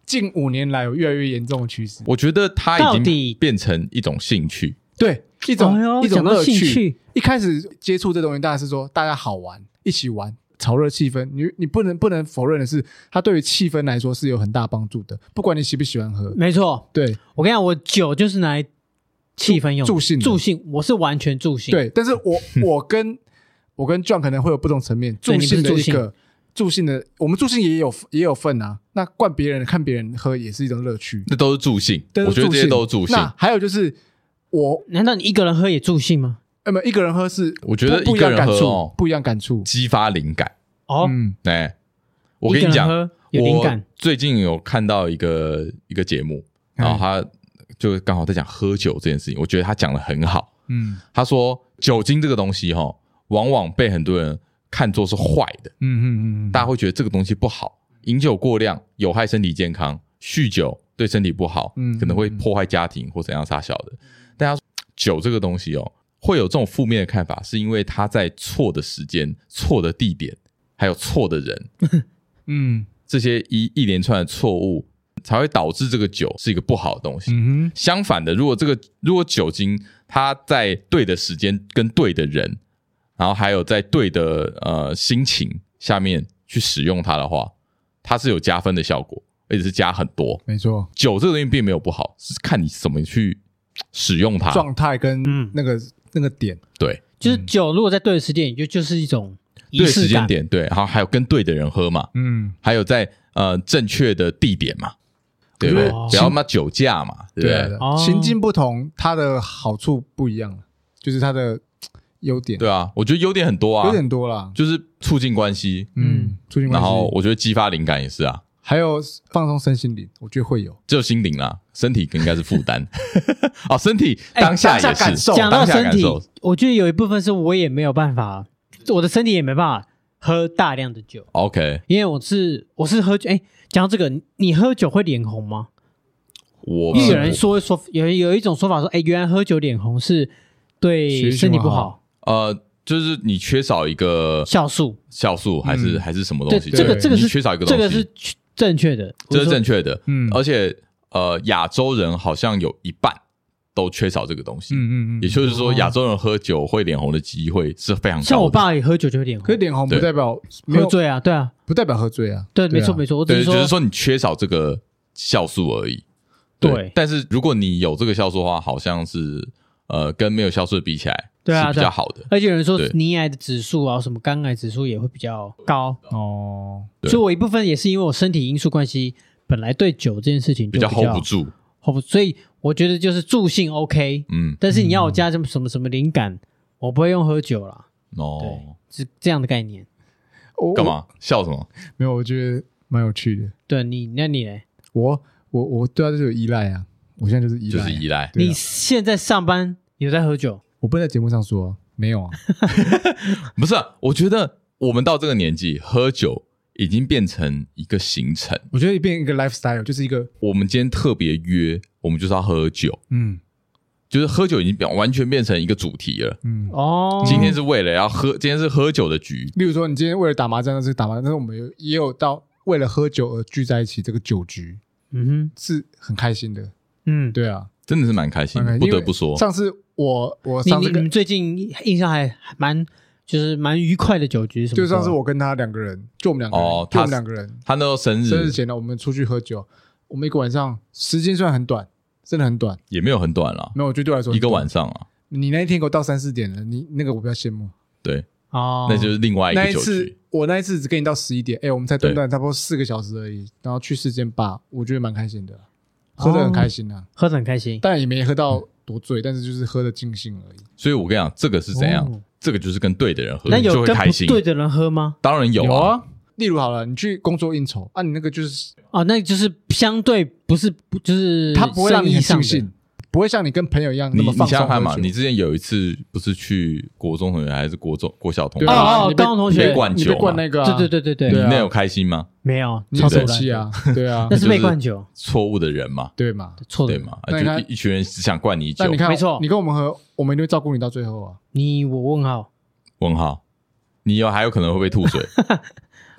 Speaker 3: 近五年来有越来越严重的趋势，
Speaker 1: 我觉得他
Speaker 2: 到
Speaker 1: 已
Speaker 2: 底
Speaker 1: 经变成一种兴趣，
Speaker 3: 对一
Speaker 2: 哎呦
Speaker 3: 种一种
Speaker 2: 讲到
Speaker 3: 乐
Speaker 2: 兴
Speaker 3: 趣
Speaker 2: 趣。
Speaker 3: 一开始接触这东西，当然是说大家好玩，一起玩，炒热气氛。你你不能不能否认的是，它对于气氛来说是有很大帮助的，不管你喜不喜欢喝。
Speaker 2: 没错。
Speaker 3: 对
Speaker 2: 我跟你讲，我酒就是拿来气氛用的，
Speaker 3: 助助兴的
Speaker 2: 助兴，我是完全助兴。
Speaker 3: 对，但是 我我跟我跟 John 可能会有不同层面，
Speaker 2: 对
Speaker 3: 助
Speaker 2: 你不是
Speaker 3: 兴的
Speaker 2: 助
Speaker 3: 一
Speaker 2: 兴
Speaker 3: 个助兴的，我们助兴也有也有份啊。那灌别人看别人喝也是一种乐趣，
Speaker 1: 那都是助兴，
Speaker 3: 但
Speaker 1: 我觉
Speaker 3: 是
Speaker 1: 得这些都是助兴。
Speaker 3: 那还有就是我
Speaker 2: 难道你一个人喝也助兴吗？
Speaker 3: 那么一个人喝是
Speaker 1: 我觉得
Speaker 3: 不不
Speaker 1: 一
Speaker 3: 一
Speaker 1: 个
Speaker 3: 样
Speaker 1: 人
Speaker 3: 感
Speaker 1: 喝
Speaker 3: 触
Speaker 1: 哦，
Speaker 3: 不一样感触。
Speaker 1: 激发灵感。
Speaker 2: 哦，
Speaker 3: 嗯，
Speaker 1: 哎，我跟
Speaker 2: 一
Speaker 1: 你
Speaker 2: 个
Speaker 1: 讲，
Speaker 2: 人喝有灵感
Speaker 1: 我，最近有看到一个一个节目，
Speaker 3: 嗯
Speaker 1: 然后他就刚好在讲喝酒这件事情，我觉得他讲的很好。
Speaker 3: 嗯
Speaker 1: 他说酒精这个东西哈、哦，往往被很多人看作是坏的，
Speaker 3: 嗯嗯嗯嗯
Speaker 1: 大家会觉得这个东西不好，饮酒过量有害身体健康，酗酒对身体不好，
Speaker 3: 嗯
Speaker 1: 可能会破坏家庭或怎样啥小的。但他说酒这个东西哦，会有这种负面的看法，是因为他在错的时间、错的地点，还有错的人。
Speaker 3: 嗯
Speaker 1: 这些一一连串的错误，才会导致这个酒是一个不好的东西。
Speaker 3: 嗯哼，
Speaker 1: 相反的，如果这个如果酒精它在对的时间跟对的人，然后还有在对的呃心情下面去使用它的话，它是有加分的效果，而且是加很多。
Speaker 3: 没错，
Speaker 1: 酒这个东西并没有不好，是看你怎么去使用它。
Speaker 3: 状态跟
Speaker 2: 嗯
Speaker 3: 那个那个点，
Speaker 1: 对
Speaker 2: 就是酒，如果在对的时间，就就是一种仪
Speaker 1: 对时
Speaker 2: 式
Speaker 1: 间
Speaker 2: 感。
Speaker 1: 点，对，然后还有跟对的人喝嘛，
Speaker 3: 嗯，
Speaker 1: 还有在呃正确的地点嘛，对不
Speaker 3: 我
Speaker 1: 对
Speaker 2: 觉得？
Speaker 1: 不要嘛酒驾嘛，对不
Speaker 3: 对
Speaker 1: 对
Speaker 3: 啊对？啊
Speaker 2: 哦
Speaker 3: 情境不同，它的好处不一样，就是它的嘖优点
Speaker 1: 对啊，我觉得优点很多啊，
Speaker 3: 有点多啦。
Speaker 1: 就是促进关系，
Speaker 2: 嗯
Speaker 3: 嗯，促进关
Speaker 1: 然
Speaker 3: 系，
Speaker 1: 后我觉得激发灵感也是啊，
Speaker 3: 还有放松身心灵，我觉得会有。
Speaker 1: 只有心灵啦，身体应该是负 担。哦，身体
Speaker 2: 哎
Speaker 1: 当下
Speaker 3: 哎当
Speaker 1: 也
Speaker 3: 下感
Speaker 1: 是
Speaker 3: 受，
Speaker 2: 讲到
Speaker 1: 当下
Speaker 2: 身
Speaker 1: 感
Speaker 2: 体
Speaker 1: 受。，
Speaker 2: 我觉得有一部分是我也没有办法，我的身体也没办法喝大量的酒，
Speaker 1: OK，
Speaker 2: 因为我是我是喝酒。哎，讲到这个，你你喝酒会脸红吗？
Speaker 1: 我
Speaker 2: 因为
Speaker 1: 是
Speaker 2: 有人说说有有一种说法说，哎，原来喝酒脸红是对
Speaker 3: 血液
Speaker 2: 身体不
Speaker 3: 循环
Speaker 2: 好，
Speaker 1: 呃，就是你缺少一个
Speaker 2: 酵素。
Speaker 1: 酵素，还是
Speaker 3: 嗯
Speaker 1: 还是什么
Speaker 2: 对，
Speaker 1: 东西？
Speaker 2: 这个
Speaker 1: 对
Speaker 2: 这个
Speaker 1: 你
Speaker 2: 是
Speaker 1: 缺少一个
Speaker 2: 这
Speaker 1: 东
Speaker 2: 个
Speaker 1: 西
Speaker 2: 是，正确的，
Speaker 1: 这是正
Speaker 2: 确。
Speaker 1: 确的。
Speaker 3: 嗯
Speaker 1: 而且呃，亚洲人好像有一半都缺少这个东西，
Speaker 3: 嗯
Speaker 1: 也就是说，亚洲人喝酒会脸红的机会是非常高的。
Speaker 2: 哦像我爸也喝酒就会脸
Speaker 3: 可
Speaker 2: 红
Speaker 3: 是，脸红不
Speaker 1: 对
Speaker 3: 代表没
Speaker 2: 喝
Speaker 3: 有，
Speaker 2: 醉啊，对啊，
Speaker 3: 不代表喝醉啊。
Speaker 2: 对，没错
Speaker 3: 啊
Speaker 2: 没错，我只
Speaker 1: 对，
Speaker 2: 是
Speaker 1: 就
Speaker 2: 说，
Speaker 1: 是说你缺少这个酵素而已。
Speaker 2: 对
Speaker 1: 但是如果你有这个酵素的话，好像是呃跟没有酵素比起来，
Speaker 2: 对
Speaker 1: 是
Speaker 2: 啊
Speaker 1: 比
Speaker 2: 对
Speaker 1: 较
Speaker 2: 啊
Speaker 1: 好的。
Speaker 2: 而且有人说
Speaker 1: 对
Speaker 2: 你癌的指数啊，什么肝癌指数也会比较高，
Speaker 3: 哦，
Speaker 1: 对
Speaker 2: 所以我一部分也是因为我身体因素关系，本来对酒这件事情就
Speaker 1: 比较
Speaker 2: 比
Speaker 1: hold 不住。
Speaker 2: hold 不所以我觉得就是助兴 OK，
Speaker 1: 嗯，
Speaker 2: 但是你要我加什么什么什么灵感，我不会用喝酒啦，
Speaker 1: 哦，
Speaker 2: 是这样的概念。
Speaker 3: 我
Speaker 1: 干？嘛笑 什么？
Speaker 3: 我没有，我觉得蛮有趣的。
Speaker 2: 对你，那你嘞？
Speaker 3: 我我我对他就是有依赖啊，我现在就是依
Speaker 1: 就
Speaker 3: 赖啊，
Speaker 1: 是依赖。
Speaker 3: 对啊
Speaker 2: 你现在上班有在喝酒？
Speaker 3: 我不能在节目上说啊，没有啊，
Speaker 1: 不是、啊，我觉得我们到这个年纪，喝酒已经变成一个行程。
Speaker 3: 我觉得变成一个 lifestyle 就是一个
Speaker 1: 我们今天特别约，我们就是要喝酒，
Speaker 3: 嗯
Speaker 1: 就是喝酒已经变完全变成一个主题了。
Speaker 3: 嗯。
Speaker 2: 哦，
Speaker 1: 今天是为了要喝，今天是喝酒的局。
Speaker 3: 例如说，你今天为了打麻将，那是打麻将，但是我们有也有到为了喝酒而聚在一起，这个酒局
Speaker 2: 嗯哼，
Speaker 3: 是很开心的。
Speaker 2: 嗯，
Speaker 3: 对啊，
Speaker 1: 真的是蛮开心的，
Speaker 3: 蛮开
Speaker 1: 不
Speaker 3: 心
Speaker 1: 得不说
Speaker 3: 因为，上次我我
Speaker 2: 你
Speaker 3: 上
Speaker 2: 你
Speaker 3: 次
Speaker 2: 你
Speaker 3: 跟
Speaker 2: 们最近印象还还蛮就是蛮愉快的酒局什么
Speaker 3: 就
Speaker 2: 时候啊？
Speaker 3: 上次我跟他两个人，就我们两个人，
Speaker 1: 哦
Speaker 3: 就我
Speaker 1: 他
Speaker 3: 们两个人，
Speaker 1: 他那时候生
Speaker 3: 生日
Speaker 1: 日
Speaker 3: 前呢，我们出去喝酒，我们一个晚上时间虽然很短，真的很短，
Speaker 1: 也没有很短啦，
Speaker 3: 没有，我觉得对我来说
Speaker 1: 一个晚
Speaker 3: 上，
Speaker 1: 上啊，
Speaker 3: 你那一天给我到三四点了，你那个我比较羡慕。
Speaker 1: 对，
Speaker 2: 哦，
Speaker 1: 那就是另外一
Speaker 3: 那
Speaker 1: 个
Speaker 3: 一
Speaker 1: 酒
Speaker 3: 次
Speaker 1: 局。
Speaker 3: 我那一次只跟你到十一点，哎，我们才短
Speaker 1: 对
Speaker 3: 短差不多四个小时而已，然后去四间吧，我觉得蛮开心的，喝
Speaker 2: 哦
Speaker 3: 的很开心啊，
Speaker 2: 喝得很开心。
Speaker 3: 但也没喝到多醉，但是就是喝的尽兴而已。
Speaker 1: 所以我跟你讲，这个是怎
Speaker 2: 哦
Speaker 1: 样？这个就是跟对的人喝，
Speaker 2: 那
Speaker 1: 你就
Speaker 2: 有
Speaker 1: 会
Speaker 2: 跟
Speaker 1: 开
Speaker 2: 不
Speaker 1: 心。
Speaker 2: 对的人喝吗？
Speaker 1: 当然有
Speaker 3: 有
Speaker 1: 啊，
Speaker 3: 啊，例如好了，你去工作应酬啊，你那个就是
Speaker 2: 哦，那就是相对不是不就是
Speaker 3: 他不会让
Speaker 2: 生
Speaker 3: 你
Speaker 2: 意
Speaker 3: 很
Speaker 2: 上
Speaker 3: 尽
Speaker 2: 的
Speaker 3: 兴，不会像你跟朋友一样
Speaker 1: 你
Speaker 3: 那
Speaker 1: 你
Speaker 3: 么
Speaker 1: 想
Speaker 3: 放
Speaker 1: 想
Speaker 3: 松
Speaker 1: 看嘛
Speaker 3: 喝，酒
Speaker 1: 你之前有一次不是去国中同学还是国中国小同
Speaker 3: 对
Speaker 1: 学，
Speaker 3: 啊
Speaker 2: 哦哦
Speaker 3: 你被
Speaker 2: 高中同
Speaker 1: 学
Speaker 3: 你被
Speaker 1: 被灌
Speaker 3: 你
Speaker 1: 酒
Speaker 3: 被
Speaker 1: 嘛
Speaker 3: 灌那个啊，
Speaker 2: 对对对对
Speaker 1: 你
Speaker 2: 对，
Speaker 3: 对啊
Speaker 1: 那有开心吗？
Speaker 2: 没有，
Speaker 3: 你
Speaker 2: 超
Speaker 3: 很
Speaker 2: 生
Speaker 3: 生
Speaker 2: 气
Speaker 3: 气！ 啊，对啊
Speaker 2: 那，是被
Speaker 1: 就是
Speaker 2: 灌酒，
Speaker 1: 错误的人嘛，
Speaker 3: 对 嘛？
Speaker 2: 错的
Speaker 1: 对
Speaker 2: 人。
Speaker 1: 嘛？啊
Speaker 3: 那
Speaker 1: 就
Speaker 3: 你看
Speaker 1: 一一群人只想灌你酒
Speaker 3: 那。你看，
Speaker 2: 没错
Speaker 3: 你跟我们喝，我们一定会照顾你到最 后啊。
Speaker 2: 你我问号，
Speaker 1: 问号，你有还有可能会被吐 水，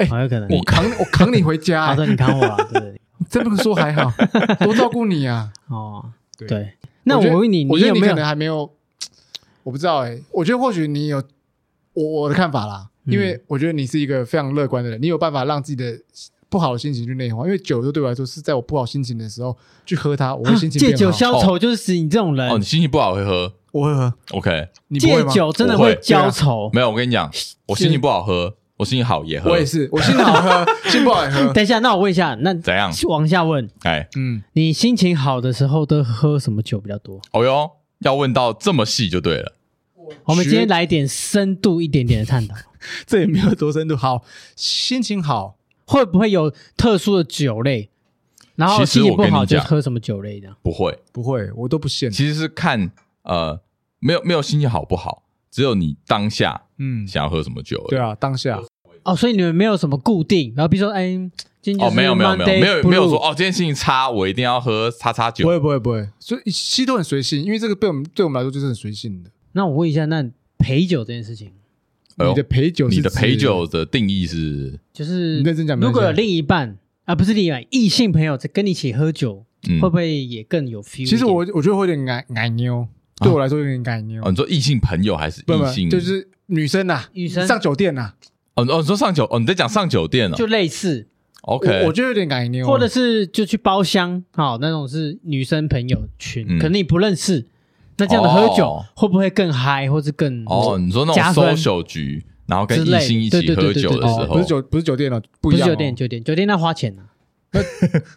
Speaker 2: 好有可能。
Speaker 3: 我扛，我扛你回家、
Speaker 2: 好
Speaker 3: 欸，
Speaker 2: 的，你砍我啊，对不对？
Speaker 3: 这么说 还好，多照顾你啊。
Speaker 2: 哦，
Speaker 3: 对
Speaker 2: 对。那
Speaker 3: 觉得
Speaker 2: 我问你，
Speaker 3: 我觉得
Speaker 2: 有
Speaker 3: 你
Speaker 2: 没
Speaker 3: 可
Speaker 2: 有
Speaker 3: 能还没有，我不知道哎、我觉得或许你有我我的看法啦，因为我觉得你是一个非常乐观的人，你有办法让自己的不好的心情去内化。因为酒就对我来说是在我不好心情的时候去喝它，我会心情
Speaker 2: 借
Speaker 3: 变
Speaker 2: 酒
Speaker 3: 好。
Speaker 2: 消愁？就是指你这种
Speaker 1: 哦，
Speaker 2: 人
Speaker 1: 你，心情不好会喝
Speaker 3: 我会喝，
Speaker 1: ，OK？
Speaker 3: 你不
Speaker 2: 借
Speaker 3: 会吗？
Speaker 2: 酒真的
Speaker 1: 我会
Speaker 2: 会
Speaker 3: 对
Speaker 2: 浇
Speaker 3: 啊
Speaker 2: 愁。
Speaker 1: 没有，我跟你讲，我心情不好喝，我心情好也喝
Speaker 3: 我，也 是，我心情好喝，心不好也 喝。
Speaker 2: 等一下，那我问一下，那
Speaker 1: 怎样？
Speaker 2: 往下问，
Speaker 1: 哎，
Speaker 3: 嗯，
Speaker 2: 你心情好的时候都喝什么酒比较多？
Speaker 1: 哦哟，要问到这么细就对了。
Speaker 2: 我们今天来点深度一点点的探讨，
Speaker 3: 这也没有多深度。好，心情好，
Speaker 2: 会不会有特殊的酒类？然后
Speaker 1: 其实
Speaker 2: 心情
Speaker 1: 我
Speaker 2: 不
Speaker 1: 跟你
Speaker 2: 好就
Speaker 1: 讲
Speaker 2: 喝什么酒类的？
Speaker 1: 不会，
Speaker 3: 不会，我都不限。
Speaker 1: 其实是看呃，没有没有心情好不好，只有你当下
Speaker 3: 嗯，
Speaker 1: 想要喝什么酒而已。
Speaker 3: 对啊，当下
Speaker 2: 哦，所以你们没有什么固定，然后比如说，哎，今天就
Speaker 1: 哦，
Speaker 2: 是
Speaker 1: 没有没有没
Speaker 2: Monday
Speaker 1: 有没有没有
Speaker 2: Blue
Speaker 1: 说哦，今天心情差，我一定要喝叉叉
Speaker 3: 不
Speaker 1: 酒。
Speaker 3: 会不会不会，所以其实都很随性，因为这个对我们对我们来说就是很随性的。
Speaker 2: 那我问一下，那陪酒这件事情，
Speaker 1: 哎呦
Speaker 3: 你的陪酒是
Speaker 1: 你的
Speaker 3: 指
Speaker 1: 陪酒的定义是，
Speaker 2: 就是
Speaker 3: 你认真讲没关
Speaker 2: 如
Speaker 3: 系
Speaker 2: 果有另一半啊，不是另一半，异性朋友在跟你一起喝酒，
Speaker 1: 嗯，
Speaker 2: 会不会也更有 feel？一点
Speaker 3: 其实我我觉得会有点矮矮妞，对我来说有点矮妞
Speaker 1: 哦，。你说异性朋友还是
Speaker 3: 不不
Speaker 1: 异，性？
Speaker 3: 就是女生呐，
Speaker 2: 女生
Speaker 3: 上酒店啊呐，
Speaker 1: 哦哦，你说上酒哦，你在讲上酒店哦
Speaker 2: 就类似，
Speaker 1: ？OK，
Speaker 3: 我我觉得有点矮妞啊，
Speaker 2: 或者是就去包厢，好那种是女生朋友群，
Speaker 1: 嗯
Speaker 2: 可能你不认识，那这样的喝酒、
Speaker 1: 哦
Speaker 2: 会不会更嗨，或是更
Speaker 1: 哦，你说那种
Speaker 2: 加分
Speaker 1: social 局，然后跟
Speaker 2: 之类
Speaker 1: 异
Speaker 2: 的
Speaker 1: 性一
Speaker 2: 对
Speaker 1: 起
Speaker 2: 对对
Speaker 1: 喝
Speaker 2: 对
Speaker 1: 酒
Speaker 2: 对
Speaker 1: 的
Speaker 2: 对
Speaker 1: 时
Speaker 3: 哦
Speaker 1: 候，
Speaker 3: 不是酒不是酒店哦，不
Speaker 2: 不
Speaker 3: 一
Speaker 2: 是
Speaker 3: 样哦。
Speaker 2: 酒店，酒店酒店那花钱啊，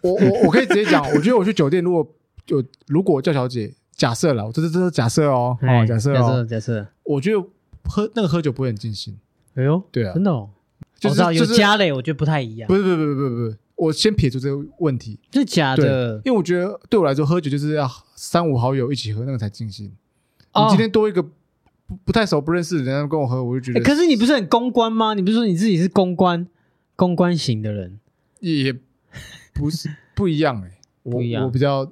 Speaker 3: 我我我可以直接讲，我觉得我去酒店如果有如果叫小姐，假设了，这这这是假设哦，哦
Speaker 2: 哎
Speaker 3: 假设
Speaker 2: 假
Speaker 3: 哦
Speaker 2: 设，假设，
Speaker 3: 我觉得喝那个喝酒不会很尽兴，
Speaker 2: 哎呦，
Speaker 3: 对啊
Speaker 2: 真的哦，
Speaker 3: 就是
Speaker 2: 我知道有
Speaker 3: 就是
Speaker 2: 家类，我觉得不太一样
Speaker 3: 不，是不是不是不是不是，我先撇除这个问题，
Speaker 2: 真的假
Speaker 3: 对
Speaker 2: 的？
Speaker 3: 因为我觉得对我来说，喝酒就是要三五好友一起喝，那个才尽兴。
Speaker 2: 哦
Speaker 3: 你今天多一个不不太熟、不认识的人跟我喝，我就觉
Speaker 2: 欸
Speaker 3: 得
Speaker 2: 可是你不是很公关吗？你不是说你自己是公关公关型的人？
Speaker 3: 也不是不一样哎、我
Speaker 2: 不一样
Speaker 3: 我比较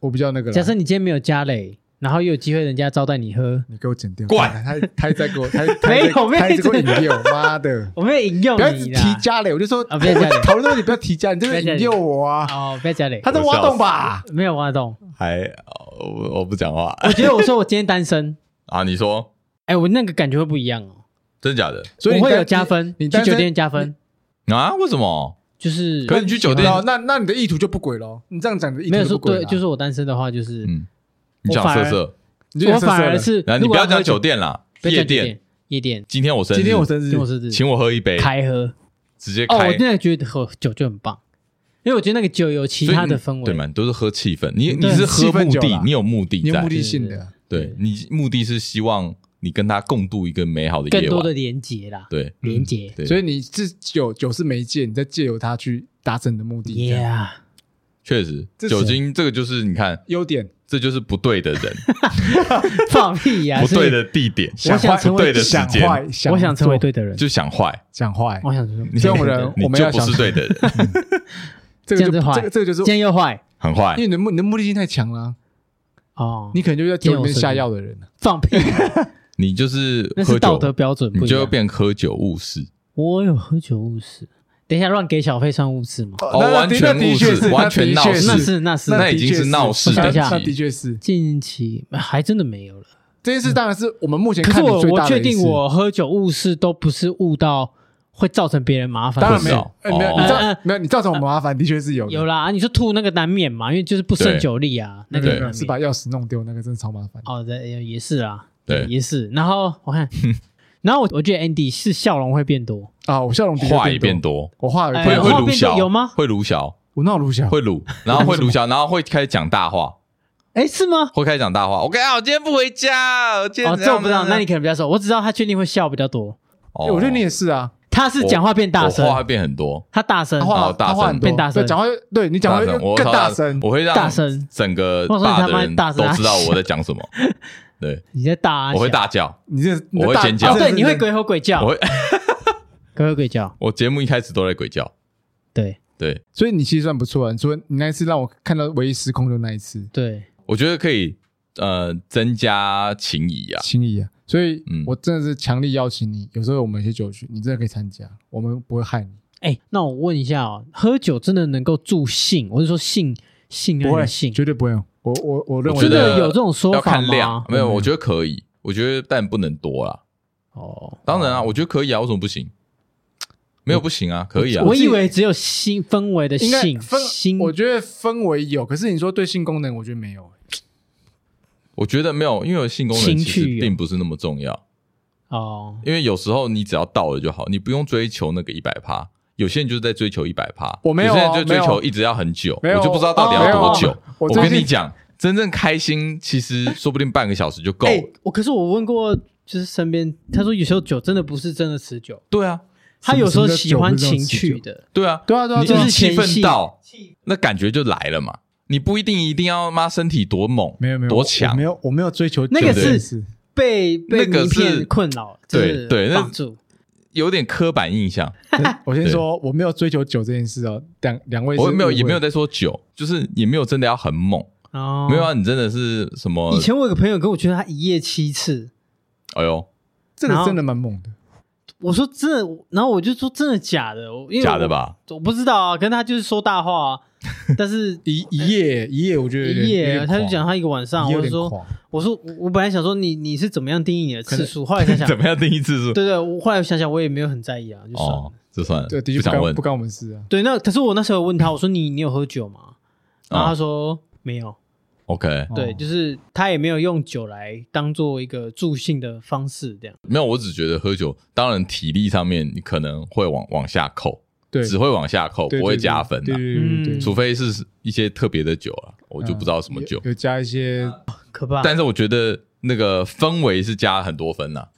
Speaker 3: 我比较那个啦。
Speaker 2: 假设你今天没有家累，然后又有机会人家招待你喝，
Speaker 3: 你给我剪掉，
Speaker 1: 管
Speaker 3: 他他在给我， 他他
Speaker 2: 没有
Speaker 3: 他
Speaker 2: 妹
Speaker 3: 在给我
Speaker 2: 子
Speaker 3: 引诱，妈 的！
Speaker 2: 我没有引诱
Speaker 3: 不要一直
Speaker 2: 你
Speaker 3: 提
Speaker 2: 啦。
Speaker 3: 家嘞，我就说哎
Speaker 2: 啊不要家里
Speaker 3: 我讨论这个你不要提家，你这边引诱我啊！
Speaker 2: 哦，不要加累，
Speaker 3: 他在挖洞吧？
Speaker 2: 没有挖洞。
Speaker 1: 还我我不讲话
Speaker 2: 我觉得我说我今天单身，
Speaker 1: 啊？你说
Speaker 2: 哎、我那个感觉会不一样哦，
Speaker 1: 真假的
Speaker 3: 所以
Speaker 2: 我
Speaker 3: 你
Speaker 2: 会
Speaker 3: 单
Speaker 2: 有加分，
Speaker 3: 你你
Speaker 2: 去
Speaker 3: 单
Speaker 2: 酒
Speaker 3: 身
Speaker 2: 店加分，
Speaker 1: 啊？为什么？
Speaker 2: 就是
Speaker 1: 可是你去酒店
Speaker 3: 哦，那那你的意图就不轨喽。你这样讲，你的意
Speaker 2: 没有
Speaker 3: 图
Speaker 2: 说
Speaker 3: 不轨
Speaker 2: 对，
Speaker 3: 啦。
Speaker 2: 就是我单身的话，就是、
Speaker 1: 嗯，你
Speaker 2: 我
Speaker 1: 讲色
Speaker 2: 反而
Speaker 1: 色，
Speaker 3: 你就
Speaker 2: 我
Speaker 3: 有色色
Speaker 2: 反而
Speaker 3: 了
Speaker 2: 是，
Speaker 1: 啊然后你
Speaker 2: 如
Speaker 1: 不
Speaker 2: 果
Speaker 1: 要
Speaker 2: 喝
Speaker 1: 讲
Speaker 2: 酒
Speaker 1: 酒店啦，
Speaker 2: 不要
Speaker 1: 夜
Speaker 2: 讲酒
Speaker 1: 店
Speaker 2: 店。夜店，
Speaker 1: 今天我生日，
Speaker 3: 今天我生日
Speaker 2: 跟，我是
Speaker 1: 请我喝一杯，
Speaker 2: 开喝
Speaker 1: 直接
Speaker 2: 哦，
Speaker 1: 开
Speaker 2: 我。那个觉得喝酒就很棒，因为我觉得那个酒有其
Speaker 1: 所以
Speaker 2: 他
Speaker 1: 你
Speaker 2: 的氛围，
Speaker 1: 对嘛？你都是喝气氛，你你
Speaker 2: 对
Speaker 1: 是喝
Speaker 3: 气氛
Speaker 1: 目
Speaker 3: 酒
Speaker 1: 的
Speaker 3: 啦，
Speaker 1: 你有目的
Speaker 3: 你有
Speaker 1: 在
Speaker 3: 目，的性的，
Speaker 1: 对你目的是希望你跟他共度一个美好的
Speaker 2: 更
Speaker 1: 夜
Speaker 2: 多的
Speaker 1: 晚，
Speaker 2: 连结啦，
Speaker 1: 对
Speaker 2: 连结
Speaker 1: 对，
Speaker 3: 所以你是酒酒是媒介，你在借由它去达成你的目的。这样
Speaker 2: ，Yeah，
Speaker 1: 确实
Speaker 3: 这是
Speaker 1: 酒精这个就是你看，
Speaker 3: 优点，
Speaker 1: 这就是不对的 人，
Speaker 2: 放屁呀，
Speaker 1: 不对
Speaker 2: 是
Speaker 1: 的地点，
Speaker 2: 啊我想成
Speaker 1: 不
Speaker 2: 为
Speaker 1: 对的时
Speaker 3: 想
Speaker 1: 间，
Speaker 3: 坏，
Speaker 2: 我想成为
Speaker 3: 做
Speaker 2: 对的人，哦
Speaker 1: 就想 坏，
Speaker 3: 想坏，
Speaker 2: 我想成为
Speaker 1: 你
Speaker 3: 这
Speaker 2: 对
Speaker 3: 种
Speaker 2: 的
Speaker 3: 人
Speaker 1: 你
Speaker 3: 我们
Speaker 1: 就
Speaker 3: 要
Speaker 1: 不是
Speaker 3: 想
Speaker 1: 对 的人，
Speaker 3: 这
Speaker 2: 这
Speaker 3: 个
Speaker 2: 样
Speaker 3: 就
Speaker 2: 子坏
Speaker 3: 这个这个就是
Speaker 2: 今，天又坏
Speaker 1: 很坏
Speaker 3: 因为。你的目你的目的性太强了啊，
Speaker 2: 哦，
Speaker 3: 你可能就是在酒里面下药的人啊。
Speaker 2: 放屁，
Speaker 1: 你就是
Speaker 2: 那
Speaker 1: 喝酒
Speaker 2: 是道德标准不
Speaker 1: 你
Speaker 2: 一
Speaker 1: 就会
Speaker 2: 样。
Speaker 1: 变喝酒误事。
Speaker 2: 我有喝酒误事，等一下乱给小费算误事吗？
Speaker 1: 哦
Speaker 3: 那那
Speaker 1: 完全
Speaker 3: 那的确
Speaker 1: 误事
Speaker 3: 是
Speaker 1: 完全
Speaker 3: 那
Speaker 1: 闹
Speaker 3: 的确
Speaker 1: 事
Speaker 2: 那是那是
Speaker 1: 那
Speaker 3: 的
Speaker 1: 已经
Speaker 3: 确
Speaker 1: 是闹事
Speaker 2: 等级
Speaker 3: 那的确是
Speaker 2: 近期还真的没有了。
Speaker 3: 这件事，当然是我们目前
Speaker 2: 可是
Speaker 3: 看
Speaker 2: 我
Speaker 3: 你最
Speaker 2: 我
Speaker 3: 大的
Speaker 2: 确
Speaker 3: 一
Speaker 2: 定
Speaker 3: 次
Speaker 2: 我喝酒误事都不是误到会造成别人麻烦，
Speaker 3: 当然没
Speaker 1: 不
Speaker 3: 有
Speaker 1: 少，
Speaker 3: 哎没有，
Speaker 1: 哦
Speaker 3: 你
Speaker 2: 嗯嗯
Speaker 3: 造没有你造成我们麻烦，的确是有的
Speaker 2: 有啦。啊你说吐那个难免嘛，因为就是不胜酒力啊，那
Speaker 3: 那
Speaker 2: 个难
Speaker 3: 个
Speaker 2: 免
Speaker 3: 是把？钥匙弄丢，那个真的超麻烦。
Speaker 2: 哦，对，也是啊，
Speaker 1: 对
Speaker 2: 也是。然后 我看，然后我我觉得 Andy 是笑容会变多，
Speaker 3: 啊，我笑容的确
Speaker 1: 话也变
Speaker 3: 多，
Speaker 1: 多，
Speaker 3: 我话也
Speaker 2: 哎
Speaker 1: 会
Speaker 3: 变
Speaker 2: 话
Speaker 1: 会
Speaker 3: 多，
Speaker 1: 鲁
Speaker 2: 变
Speaker 1: 小
Speaker 2: 多有吗
Speaker 1: 会鲁小，
Speaker 3: 我闹如小，
Speaker 1: 会鲁，然后会鲁小，然后会开始讲大话，
Speaker 2: 哎，是吗？
Speaker 1: 会开始讲大话。我跟你讲，我今天不回家，我今天
Speaker 2: 哦，
Speaker 1: 怎
Speaker 2: 这
Speaker 1: 样
Speaker 2: 我不知道，
Speaker 1: 怎样
Speaker 2: 那你可能比较熟。我只知道他确定会笑比较多，
Speaker 1: 哦
Speaker 3: 哎我觉得你也是啊，
Speaker 2: 他是讲话变大
Speaker 1: 我话会
Speaker 2: 声，
Speaker 1: 变很多，
Speaker 2: 他大声
Speaker 1: 然
Speaker 3: 他，话
Speaker 1: 哦后大
Speaker 3: 他话很
Speaker 1: 声
Speaker 3: 多
Speaker 2: 变大声
Speaker 3: 对讲话对你讲话
Speaker 1: 声，我
Speaker 3: 更
Speaker 1: 会
Speaker 3: 大声，
Speaker 1: 我会让
Speaker 2: 大声
Speaker 1: 整个
Speaker 2: 我说你
Speaker 1: 大
Speaker 2: 他
Speaker 1: 的
Speaker 2: 妈
Speaker 1: 人
Speaker 2: 大
Speaker 1: 都
Speaker 2: 声啊
Speaker 1: 知道我在讲什么。对，
Speaker 2: 你在 大啊，
Speaker 1: 我会
Speaker 2: 小
Speaker 1: 大叫，
Speaker 3: 你这你的
Speaker 1: 我会
Speaker 3: 大
Speaker 1: 尖叫
Speaker 2: 哦，
Speaker 1: 这
Speaker 2: 对，你会。
Speaker 3: 大
Speaker 2: 鬼吼鬼叫
Speaker 1: 我，会，
Speaker 2: 鬼吼鬼叫，
Speaker 1: 我节目一开始都在鬼叫。
Speaker 2: 对
Speaker 1: 对，
Speaker 3: 所以你其实算不错啊，除了你那一次让我看到唯一失控就那一次
Speaker 2: 对，
Speaker 1: 我觉得可以呃增加情谊啊。
Speaker 3: 轻易啊，所以
Speaker 1: 嗯
Speaker 3: 我真的是强力邀请你，有时候我们有些酒局你真的可以参加，我们不会害你。
Speaker 2: 哎，那我问一下哦，喝酒真的能够助兴？我是说性性
Speaker 3: 不
Speaker 2: 爱
Speaker 3: 会
Speaker 2: 的，性，
Speaker 3: 绝对不会。我我我认
Speaker 1: 我
Speaker 3: 为
Speaker 1: 觉
Speaker 2: 真的
Speaker 1: 得
Speaker 2: 有这种说
Speaker 1: 要
Speaker 2: 法
Speaker 1: 看量
Speaker 2: 吗，？
Speaker 1: 没有，
Speaker 3: 嗯
Speaker 1: 我觉得可以，我觉得但不能多啦。
Speaker 2: 哦，
Speaker 1: 当然啊，我觉得可以啊，为什么不行？没有不行啊，可以啊。
Speaker 2: 我以为只有性氛围的
Speaker 3: 应该
Speaker 2: 性
Speaker 3: 氛，
Speaker 2: 性，
Speaker 3: 我觉得氛围有，可是你说对性功能，我觉得没有、
Speaker 1: 我觉得没有，因为性功能
Speaker 2: 情
Speaker 1: 其实
Speaker 2: 趣有
Speaker 1: 并不是那么重要，
Speaker 2: 哦，
Speaker 1: 因为有时候你只要到了就好，你不用追求那个一百趴。有些人就是在追求一百趴，
Speaker 3: 我没
Speaker 1: 有
Speaker 3: 有哦
Speaker 1: 些人就追
Speaker 3: 没
Speaker 1: 求
Speaker 3: 有
Speaker 1: 一直要很久，
Speaker 3: 没有
Speaker 1: 我就不知道到底要多久
Speaker 3: 哦。没有我最
Speaker 1: 跟
Speaker 3: 近
Speaker 1: 你讲，真正开心其实说不定半个小时就够
Speaker 2: 哎
Speaker 1: 了。，
Speaker 2: 我可是我问过，就是身边他说有时候酒真的不是真的持久，
Speaker 1: 对啊，
Speaker 2: 他有时候
Speaker 3: 什么
Speaker 2: 喜欢
Speaker 3: 什么叫
Speaker 2: 情
Speaker 3: 持久
Speaker 2: 趣的，
Speaker 1: 对啊，
Speaker 3: 对啊，对啊，
Speaker 1: 你
Speaker 3: 对啊
Speaker 2: 就
Speaker 1: 你
Speaker 2: 是
Speaker 1: 气
Speaker 2: 前戏
Speaker 1: 氛到，那感觉就来了嘛。你不一定一定要妈身体多猛，
Speaker 3: 没有没有
Speaker 1: 多
Speaker 3: 我
Speaker 1: 强
Speaker 3: 我没，有我没有追求
Speaker 2: 那个
Speaker 3: 酒这件
Speaker 2: 是
Speaker 3: 事
Speaker 2: 被
Speaker 1: 那
Speaker 2: 被
Speaker 1: 个
Speaker 2: 名
Speaker 1: 是
Speaker 2: 片困扰，就是
Speaker 1: 对对那
Speaker 2: 绑住。
Speaker 1: 有点刻板印象。
Speaker 3: 我先说我没有追求酒这件事哦，两两位是
Speaker 1: 我没有
Speaker 3: 误会
Speaker 1: 也没有在说酒，就是也没有真的要很猛，
Speaker 2: 哦，
Speaker 1: 没有啊，你真的是什么
Speaker 2: 以？前我有个朋友跟我觉得他一夜七次，
Speaker 1: 哎呦，
Speaker 3: 这
Speaker 2: 然
Speaker 3: 个
Speaker 2: 后
Speaker 3: 真的蛮猛的，
Speaker 2: 我说真的，然后我就说真的假的，我因为我
Speaker 1: 假的？吧？
Speaker 2: 我不知道啊，跟他就是说大话 啊，但是
Speaker 3: 一一夜一夜，我觉得有点
Speaker 2: 一夜啊
Speaker 3: 有点
Speaker 2: 他
Speaker 3: 狂
Speaker 2: 就讲他一个晚上，
Speaker 3: 一夜有
Speaker 2: 我就
Speaker 3: 点
Speaker 2: 说
Speaker 3: 狂
Speaker 2: 我说我本来想说你你是怎么样定义你的次数，后 来想想，
Speaker 1: 怎么样定义次数？
Speaker 2: 对对，我后来想想我也没有很在意啊，就算了。
Speaker 1: 哦，这算了，
Speaker 3: 对，的
Speaker 1: 不
Speaker 3: 确不
Speaker 1: 想问
Speaker 3: 干不。干我们事啊，
Speaker 2: 对，那可是我那时候有问他，我说你你有喝酒吗？然后
Speaker 1: 哦
Speaker 2: 他说、没有，
Speaker 1: OK，
Speaker 2: 对，
Speaker 3: 哦
Speaker 2: 就是他也没有用酒来当做一个助兴的方式，这样
Speaker 1: 没有，我只觉得喝酒，当然体力上面你可能会往往下扣，
Speaker 3: 对，
Speaker 1: 只会往下扣，
Speaker 3: 对
Speaker 1: 不会加分
Speaker 3: 对
Speaker 1: 的，
Speaker 3: 嗯对对对对
Speaker 2: 嗯
Speaker 3: 对，
Speaker 1: 除非是一些特别的酒啊，我就不知道什么酒
Speaker 3: 有。有加一些
Speaker 2: 可怕。
Speaker 1: 但是我觉得那个氛围是加很多分呐，啊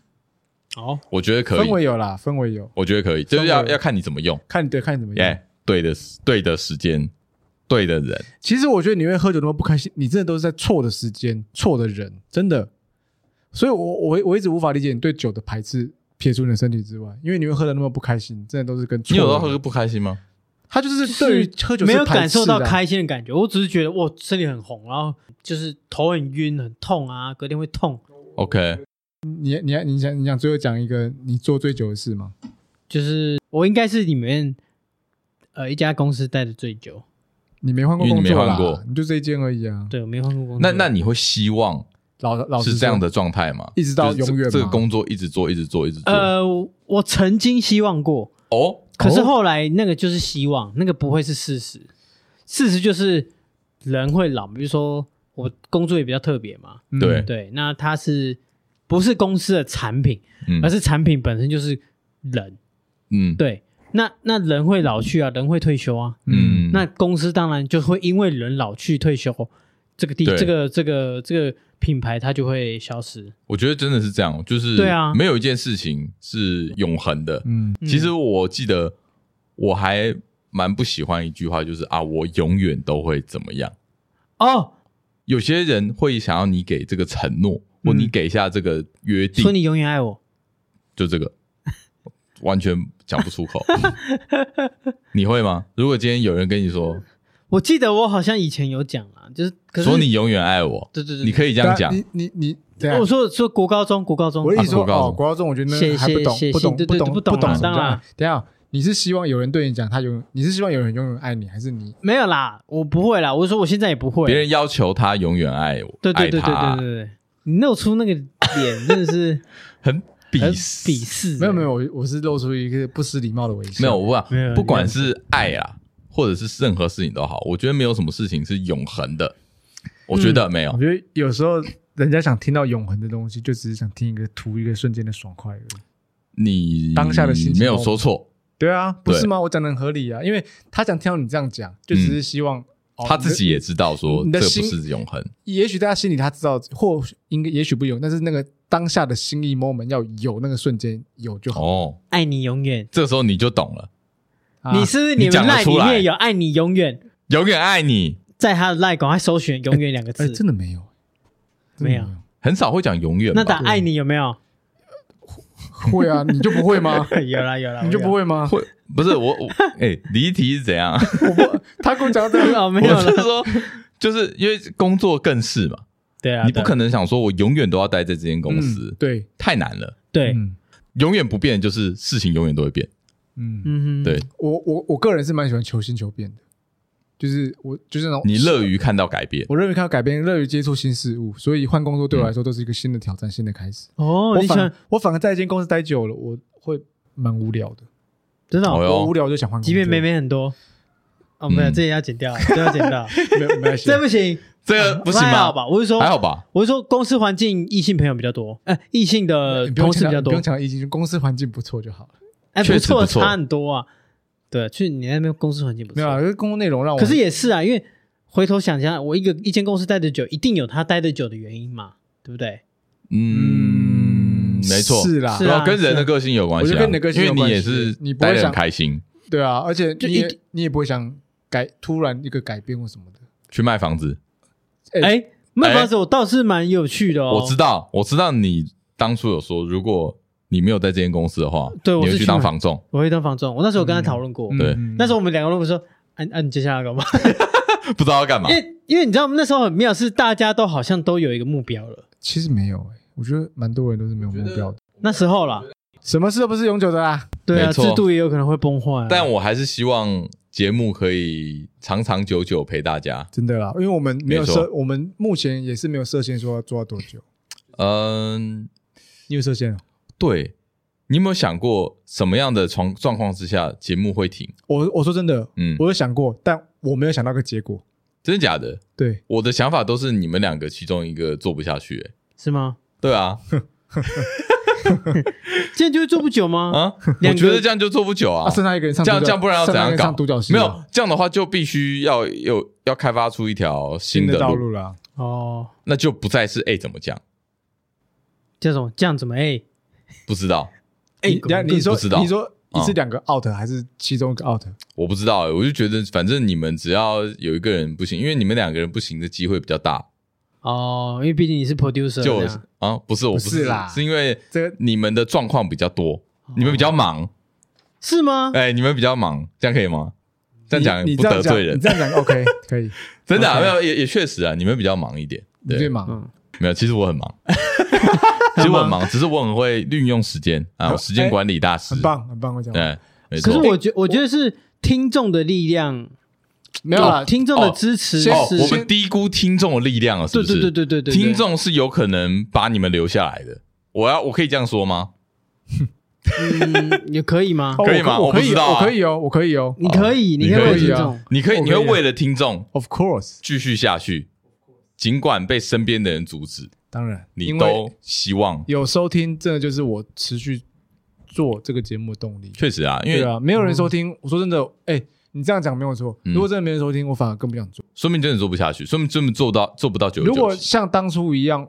Speaker 2: 好，
Speaker 1: 我觉得可以
Speaker 3: 氛，围有啦，氛围有，
Speaker 1: 我觉得可以，就是要
Speaker 3: 氛围
Speaker 1: 要看你怎么用。
Speaker 3: 看对看你怎么样
Speaker 1: 耶，对的对的时间、对的人。
Speaker 3: 其实我觉得你会喝酒那么不开心，你真的都是在错的时间、错的人，真的。所以我，我我一直无法理解你对酒的排斥，撇除你的身体之外，因为你会喝的那么不开心，真的都是跟错
Speaker 1: 你
Speaker 3: 的
Speaker 1: 有
Speaker 3: 人。
Speaker 1: 时候喝不开心吗？
Speaker 3: 他就是对于喝酒是
Speaker 2: 没有
Speaker 3: 排斥
Speaker 2: 感受
Speaker 3: 的
Speaker 2: 到
Speaker 3: 啊
Speaker 2: 开心的感觉，我只是觉得哇，身体很红，然后就是头很晕、很痛啊，隔天会痛，
Speaker 1: OK，
Speaker 3: 你你你想你想最后讲一个你做最久的事吗？
Speaker 2: 就是我应该是里面呃一家公司待的最久，
Speaker 3: 你没换过
Speaker 1: 因为
Speaker 3: 工
Speaker 1: 你没
Speaker 3: 作啦，
Speaker 1: 换过
Speaker 3: 你就这一间而已啊。
Speaker 2: 对我没换过工作。
Speaker 1: 那那你会希望
Speaker 3: 老老实
Speaker 1: 是这样
Speaker 3: 说，
Speaker 1: 的状态吗？
Speaker 3: 一直到
Speaker 1: 就是
Speaker 3: 永远
Speaker 1: 这这个
Speaker 3: 吗
Speaker 1: 工作一直做，一直做，一直做。
Speaker 2: 呃，我曾经希望过，
Speaker 1: 哦，
Speaker 2: 可是后来那个就是希望，那个不会是事实。事实就是人会老，比如说我工作也比较特别嘛，
Speaker 3: 嗯
Speaker 1: 对
Speaker 2: 对，那它是不是公司的产品，
Speaker 1: 嗯
Speaker 2: 而是产品本身就是人，
Speaker 1: 嗯
Speaker 2: 对。那那人会老去啊，人会退休啊，
Speaker 1: 嗯，
Speaker 2: 那公司当然就会因为人老去退休，这个地
Speaker 1: 对
Speaker 2: 这个这个这个品牌它就会消失。
Speaker 1: 我觉得真的是这样，就是
Speaker 2: 对啊
Speaker 1: 没有一件事情是永恒的。
Speaker 3: 嗯，
Speaker 2: 嗯
Speaker 1: 其实我记得我还蛮不喜欢一句话，就是啊，我永远都会怎么样。
Speaker 2: 哦，
Speaker 1: 有些人会想要你给这个承诺，或你给下这个约定，
Speaker 2: 嗯说你永远爱我，
Speaker 1: 就这个完全讲不出 口。 你会吗？如果今天有人跟你说
Speaker 2: 我记得我好像以前有讲啊，就是可是嗯
Speaker 1: 说你永远爱我，
Speaker 2: 对对对，
Speaker 1: 你可以这样讲
Speaker 3: 对啊你你你这样
Speaker 2: 我，说说国高中国高中，
Speaker 3: 我的意思说
Speaker 1: 啊国高中
Speaker 3: 哦，国高中我觉得那
Speaker 2: 写
Speaker 3: 还不懂
Speaker 2: 写，
Speaker 3: 不懂不懂
Speaker 2: 写对对对
Speaker 3: 懂
Speaker 2: 不懂啊
Speaker 3: 什么叫
Speaker 2: 当然
Speaker 3: 爱。等一下，你是希望有人对你讲他永远，你是希望有人永远爱你，还是你
Speaker 2: 没有啦，我不会啦，我说我现在也不会。
Speaker 1: 别人要求他永远爱我，
Speaker 2: 对对
Speaker 1: 爱
Speaker 2: 对对对
Speaker 1: 他啊
Speaker 2: 对对，你露出那个脸真的是
Speaker 1: 很
Speaker 2: 很
Speaker 1: 鄙视
Speaker 2: 鄙视欸，
Speaker 3: 没有没有？我我是露出一个不失礼貌的微笑。
Speaker 1: 没有，我
Speaker 2: 没有
Speaker 1: 问，不管是爱啊，或者是任何事情都好，我觉得没有什么事情是永恒的。我觉
Speaker 2: 嗯
Speaker 1: 得没有，
Speaker 3: 我觉得有时候人家想听到永恒的东西，就只是想听一个图一个瞬间的爽快而已。
Speaker 1: 你
Speaker 3: 当下的心情
Speaker 1: 没有说错，
Speaker 3: 对啊，不
Speaker 1: 对
Speaker 3: 是吗？我讲的很合理啊，因为他想听到你这样讲，就只是希望、哦
Speaker 1: 他自己也知道说
Speaker 3: 你
Speaker 1: 这
Speaker 3: 的
Speaker 1: 不
Speaker 3: 心
Speaker 1: 是永恒。
Speaker 3: 也许在他心里他知道，或应该也许不有，但是那个当下的心意 moment 要有那个瞬间有就好。
Speaker 1: 哦，
Speaker 2: 爱你永远。
Speaker 1: 这时候你就懂了，
Speaker 3: 啊
Speaker 2: 你是不是
Speaker 1: 哦你
Speaker 2: 你
Speaker 1: 讲
Speaker 2: 们
Speaker 1: 得
Speaker 2: 赖
Speaker 1: 出
Speaker 2: 里
Speaker 1: 来
Speaker 2: 面有“爱你永远
Speaker 1: 永远爱你，”？
Speaker 2: 在他的赖赶快搜寻“永远”两个
Speaker 3: 哎、
Speaker 2: 字。
Speaker 3: 真的没有，真的
Speaker 2: 没有
Speaker 1: 很少会讲永远
Speaker 2: 那
Speaker 1: 吧。
Speaker 2: 打“爱你”有没有？
Speaker 3: 会啊， 你就不会吗？
Speaker 2: 有啦有啦，
Speaker 3: 你就不
Speaker 2: 我
Speaker 3: 会吗？
Speaker 1: 会不是 我我哎，离题是怎样？
Speaker 3: 他 跟我讲到
Speaker 2: 有
Speaker 3: 这
Speaker 2: 啦
Speaker 3: 个，
Speaker 2: 哦没有
Speaker 1: 我
Speaker 2: 了
Speaker 1: 是。说，就是因为工作更是嘛，
Speaker 2: 对啊，
Speaker 1: 你不
Speaker 2: 对啊
Speaker 1: 可能想说我永远都要待在这间公
Speaker 3: 嗯
Speaker 1: 司，
Speaker 3: 对，
Speaker 1: 太难了。
Speaker 2: 对，
Speaker 3: 嗯
Speaker 1: 永远不变就是事情永远都会变，
Speaker 3: 嗯，
Speaker 2: 嗯哼，
Speaker 1: 对
Speaker 3: 我我我个人是蛮喜欢求新求变的，就是我就是那种
Speaker 1: 你乐于看到改变。
Speaker 3: 我乐于看到改变，乐于接触新事物，所以换工作对我来说都是一个新的挑战，新的开始。
Speaker 2: 哦，
Speaker 3: 我
Speaker 2: 你喜
Speaker 3: 反
Speaker 2: 欢
Speaker 3: 而我反而在一间公司待久了，我会蛮无聊的。
Speaker 2: 真的哦，
Speaker 1: 哦哟
Speaker 3: 我无聊就想换工作，
Speaker 2: 即便妹妹很多。哦，没有，
Speaker 1: 嗯
Speaker 2: 这也要剪掉，这要剪 掉，
Speaker 3: 没有没 关系
Speaker 2: 这不行，
Speaker 1: 这
Speaker 3: 啊
Speaker 1: 个不行
Speaker 2: 还好
Speaker 1: 吧？
Speaker 2: 吧？我是说，
Speaker 1: 还好吧？
Speaker 2: 我是说，公司环境异性朋友比较多，哎、异性的
Speaker 3: 你不用
Speaker 2: 同事
Speaker 3: 强
Speaker 2: 比
Speaker 3: 调
Speaker 2: 较
Speaker 3: 你不
Speaker 2: 多
Speaker 3: 用，强调意见，公司环境不错就好了。
Speaker 2: 哎、
Speaker 1: 确
Speaker 2: 不
Speaker 1: 实不
Speaker 2: 错，
Speaker 1: 错
Speaker 2: 差很多啊。对，去你那边公司环境不
Speaker 3: 没有啊，
Speaker 2: 错，
Speaker 3: 因为工作内容让我
Speaker 2: 可是也是啊，因为回头想想，我一个一间公司待得久，一定有他待得久的原因嘛，对不对？
Speaker 1: 嗯，没错，
Speaker 3: 是啦
Speaker 2: 是，
Speaker 1: 对
Speaker 2: 啊
Speaker 1: 啊，跟人的个性有关系
Speaker 3: 我
Speaker 1: 啊，
Speaker 3: 觉得跟你的个性有
Speaker 1: 因为
Speaker 3: 关
Speaker 1: 你
Speaker 3: 系
Speaker 1: 也是
Speaker 3: 你不
Speaker 1: 待
Speaker 3: 会
Speaker 1: 得很
Speaker 3: 想
Speaker 1: 开心，
Speaker 3: 对啊，而且
Speaker 2: 就
Speaker 3: 你
Speaker 2: 一
Speaker 3: 也你也不会想改突然一个改变或什么的。
Speaker 1: 去卖房子。
Speaker 3: 哎
Speaker 2: 哎、卖房子我倒是蛮有趣的哦，
Speaker 1: 我知道，我知道你当初有说，如果你没有在这间公司的话，
Speaker 2: 对我
Speaker 1: 你
Speaker 2: 是
Speaker 1: 会去
Speaker 2: 去
Speaker 1: 当
Speaker 2: 买
Speaker 1: 房仲。
Speaker 2: 我会当房哦仲，我那时候跟他讨论过，
Speaker 1: 哦对
Speaker 3: 嗯
Speaker 2: 那时候我们两个都说，按、按、你接下来要干嘛？
Speaker 1: 不知道要干嘛
Speaker 2: 因。为因为你知道，我们那时候很妙，是大家都好像都有一个目标了，
Speaker 3: 其实没有哎、我觉得蛮多人都是没有目标的，
Speaker 2: 那时候啦，
Speaker 3: 什么事都不是永久的啦。
Speaker 2: 对啊，
Speaker 1: 没
Speaker 2: 制
Speaker 1: 错
Speaker 2: 度也有可能会崩坏、啊，
Speaker 1: 但我还是希望节目可以长长久久陪大家。
Speaker 3: 真的啦，因为我们没有
Speaker 1: 没错
Speaker 3: 设，我们目前也是没有设限说要做到多久。
Speaker 1: 嗯，
Speaker 3: 你有设限、哦？
Speaker 1: 对，你有没有想过什么样的状状况之下节目会停？
Speaker 3: 我我说真的，
Speaker 1: 嗯
Speaker 3: 我有想过，但我没有想到个结果。
Speaker 1: 真的假的？
Speaker 3: 对，
Speaker 1: 我的想法都是你们两个其中一个做不下去、欸。
Speaker 2: 是吗？
Speaker 1: 对啊，
Speaker 2: 这样就会做不久吗？
Speaker 1: 啊，我
Speaker 2: 两个
Speaker 1: 觉得这样就做不久啊
Speaker 3: 啊，。剩下一个人上
Speaker 1: 这
Speaker 3: 独角，
Speaker 1: 样这样不然要
Speaker 3: 剩
Speaker 1: 怎
Speaker 3: 下
Speaker 1: 样
Speaker 3: 一个人
Speaker 1: 搞
Speaker 3: 上独角？戏
Speaker 1: 没
Speaker 3: 啊
Speaker 1: 有这样的话，就必须要有要开发出一条
Speaker 3: 新
Speaker 1: 新
Speaker 3: 的
Speaker 1: 的
Speaker 3: 道
Speaker 1: 路，
Speaker 3: 路啦。
Speaker 2: 哦，
Speaker 1: 那就不再是哎怎么讲，
Speaker 2: 这种这样怎么哎
Speaker 1: 不知道。
Speaker 2: 哎
Speaker 3: 你，等下你说
Speaker 1: 不知道哦
Speaker 3: 你说一次两个 out 还是其中一个 out？
Speaker 1: 我不知道、欸，我就觉得反正你们只要有一个人不行，因为你们两个人不行的机会比较大。
Speaker 2: 哦，因为毕竟你是
Speaker 1: 就
Speaker 2: producer，这
Speaker 1: 我
Speaker 2: 样
Speaker 1: 啊，不是，我
Speaker 3: 不
Speaker 1: 是
Speaker 3: 是啦哦
Speaker 1: 是因为
Speaker 3: 这个
Speaker 1: 你们的状况比较多，你们比较忙，
Speaker 2: 是吗？
Speaker 1: 哎，你们比较忙，这样可以吗？这样讲
Speaker 3: 你你
Speaker 1: 不
Speaker 3: 这样
Speaker 1: 得
Speaker 3: 讲
Speaker 1: 罪人
Speaker 3: 你，这样讲 OK 可以，
Speaker 1: 真的啊
Speaker 3: OK
Speaker 1: 没有，也也确实啊，你们比较忙一点，
Speaker 3: 你最
Speaker 1: 对，
Speaker 3: 忙。
Speaker 2: 嗯，
Speaker 1: 没有，其实我很 忙，其实我很忙，只是我很会运用时间啊，我时间管理大师
Speaker 3: 很，棒，很棒，我讲。
Speaker 1: 对，没
Speaker 2: 可
Speaker 1: 错
Speaker 2: 是。我觉我觉得是听众的力量，
Speaker 3: 没有啦
Speaker 2: 哦，听众的
Speaker 1: 哦
Speaker 2: 支持是，
Speaker 3: 先
Speaker 1: 哦，我们低估听众的力量了，是
Speaker 2: 对
Speaker 1: 不是？
Speaker 2: 对对对对对，
Speaker 1: 听众是有可能把你们留下来的。我要，我可以这样说吗？
Speaker 2: 嗯也可以吗
Speaker 3: 哦？
Speaker 1: 可以吗
Speaker 3: 我
Speaker 1: 我
Speaker 3: 可
Speaker 1: 不
Speaker 3: 以，
Speaker 1: 知道啊
Speaker 3: 我可以哦，我可以哦。
Speaker 2: 你可以，
Speaker 1: 你
Speaker 2: 你可
Speaker 1: 可
Speaker 2: 以
Speaker 1: 以
Speaker 2: 问听
Speaker 3: 啊
Speaker 2: 众，
Speaker 1: 你可以，
Speaker 3: 我可
Speaker 1: 你
Speaker 3: 以
Speaker 1: 会
Speaker 3: 啊
Speaker 1: 为了听众
Speaker 3: Of course，
Speaker 1: 继续下去，尽管被身边的人阻止，
Speaker 3: 当然，
Speaker 1: 你
Speaker 3: 因为
Speaker 1: 都希望。
Speaker 3: 有收听，真的就是我持续做这个节目的动力。
Speaker 1: 确实啊，因
Speaker 3: 对
Speaker 1: 为
Speaker 3: 啊，没有人收听，我说真的，哎，你这样讲没有错。
Speaker 1: 嗯
Speaker 3: 如果真的没人收听，我反而更不想做。
Speaker 1: 说明真的做不下去，说明真的做不到，做不到九
Speaker 3: 如果
Speaker 1: 九集，
Speaker 3: 像当初一样，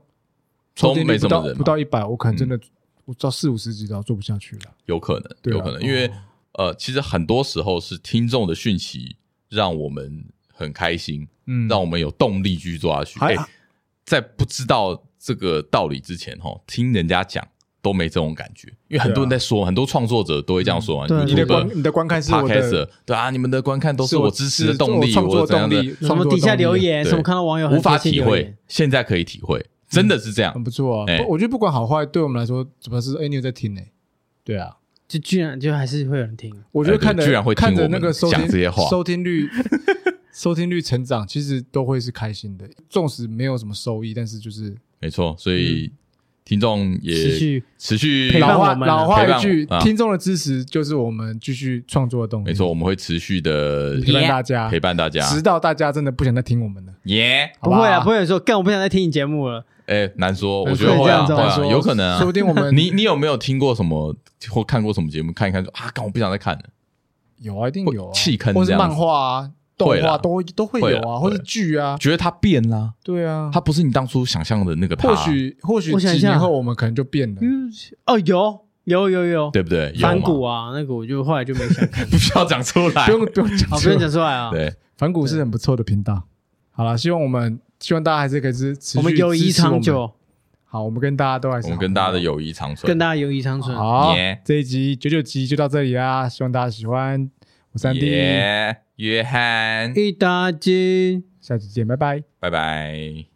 Speaker 3: 收
Speaker 1: 都
Speaker 3: 听
Speaker 1: 没
Speaker 3: 率不
Speaker 1: 什
Speaker 3: 到
Speaker 1: 么人啊嗯
Speaker 3: 不
Speaker 1: 嘛，
Speaker 3: 到一百，我可能真的我到四五十集都要做不下去了。
Speaker 1: 有可能，
Speaker 3: 对啊
Speaker 1: 有可能，因为呃，其实很多时候是听众的讯息让我们很开心，
Speaker 3: 嗯，
Speaker 1: 让我们有动力继续做下去。
Speaker 3: 还
Speaker 1: 哎，在不知道这个道理之前，哈，听人家讲都没这种感觉，因为很多人在说，很多创作者都会这样说嘛。
Speaker 2: 对啊
Speaker 3: 你的
Speaker 1: YouTuber
Speaker 3: 观你的观看是我
Speaker 1: Podcast
Speaker 3: 的，
Speaker 1: 对啊，你们的观看都是
Speaker 3: 是我
Speaker 1: 我支持的
Speaker 3: 是我
Speaker 1: 动力，
Speaker 3: 创作
Speaker 1: 我怎样
Speaker 3: 动
Speaker 1: 的
Speaker 3: 力
Speaker 2: 什么底下留言，
Speaker 1: 对
Speaker 2: 什么看到网友很
Speaker 1: 无法
Speaker 2: 贴
Speaker 1: 体
Speaker 2: 心留
Speaker 1: 会
Speaker 2: 言，，
Speaker 1: 现在可以体会，真的是这样
Speaker 3: 很。不错啊。
Speaker 1: 哎
Speaker 3: 不我觉得不管好坏，对我们来说，主要是哎，你有在听呢？对啊，
Speaker 2: 就居然就还是会有人听，
Speaker 3: 我觉得
Speaker 1: 哎对
Speaker 3: 看着
Speaker 1: 居然会听
Speaker 3: 看着
Speaker 1: 我
Speaker 3: 那
Speaker 1: 们
Speaker 3: 个收听
Speaker 1: 讲这些话
Speaker 3: 收听率 收听率成长，其实都会是开心的。纵使没有什么收益，但是就是
Speaker 1: 没错，所以听众
Speaker 2: 持
Speaker 1: 也
Speaker 2: 续
Speaker 1: 持续
Speaker 2: 陪伴
Speaker 3: 老
Speaker 2: 我
Speaker 3: 话
Speaker 2: 们啊
Speaker 3: 老话
Speaker 1: 陪伴
Speaker 3: 一句
Speaker 1: 我啊，
Speaker 3: 听众的支持就是我们继续创作的动力。
Speaker 1: 没错，，我们会持续的
Speaker 3: 陪伴大家
Speaker 1: 陪，伴大家。
Speaker 3: 直到大家真的不想再听我们了。
Speaker 1: 耶，
Speaker 3: 好
Speaker 2: 不
Speaker 3: 吧
Speaker 2: 会啊，不会有说干我不想再听你节目了，
Speaker 1: 哎，难说，我
Speaker 3: 那
Speaker 1: 觉得会啊，
Speaker 2: 所
Speaker 1: 会
Speaker 2: 以这样
Speaker 1: 啊
Speaker 2: 子，
Speaker 1: 有可能啊
Speaker 3: 说不。定我 们
Speaker 1: 你你有没有听过什么或看过什么节目？看一看说啊，干我不想再看了。
Speaker 3: 有啊，一定有啊，
Speaker 1: 会弃坑
Speaker 3: 或
Speaker 1: 这
Speaker 3: 是
Speaker 1: 样子
Speaker 3: 漫画啊、动
Speaker 1: 会啦
Speaker 3: 画都都会
Speaker 1: 会
Speaker 3: 有
Speaker 1: 啦
Speaker 3: 啊，或
Speaker 1: 会
Speaker 3: 者剧啊，
Speaker 1: 觉得他变啦，
Speaker 3: 对啊
Speaker 1: 他。不是你当初想象的那个他，
Speaker 3: 或许或许
Speaker 2: 啊我
Speaker 3: 几
Speaker 2: 想一下
Speaker 3: 年后我们可能就变了，
Speaker 2: 嗯哦，有有有有，
Speaker 1: 对不对？有
Speaker 2: 反
Speaker 1: 嘛
Speaker 2: 骨啊，那个我就后来就没想 看，
Speaker 1: 不需要讲出来
Speaker 3: 不，用不用讲
Speaker 2: 哎好，不
Speaker 3: 出来
Speaker 2: 用讲出来啊，
Speaker 1: 对，
Speaker 3: 反骨是很不错的频道。好了，希望我们希望大家还是可以支持，
Speaker 2: 我们友谊长。久，
Speaker 3: 好，我们跟大家都还是
Speaker 1: 我
Speaker 3: 好
Speaker 1: 们跟大家的友谊长存，
Speaker 2: 跟大家友谊长存，
Speaker 3: 好
Speaker 1: 耶，
Speaker 3: 这一集九九集就到这里啦，希望大家喜欢。我三弟，
Speaker 1: 耶，约翰，
Speaker 2: 一打金。
Speaker 3: 下期见，拜拜。
Speaker 1: 拜拜。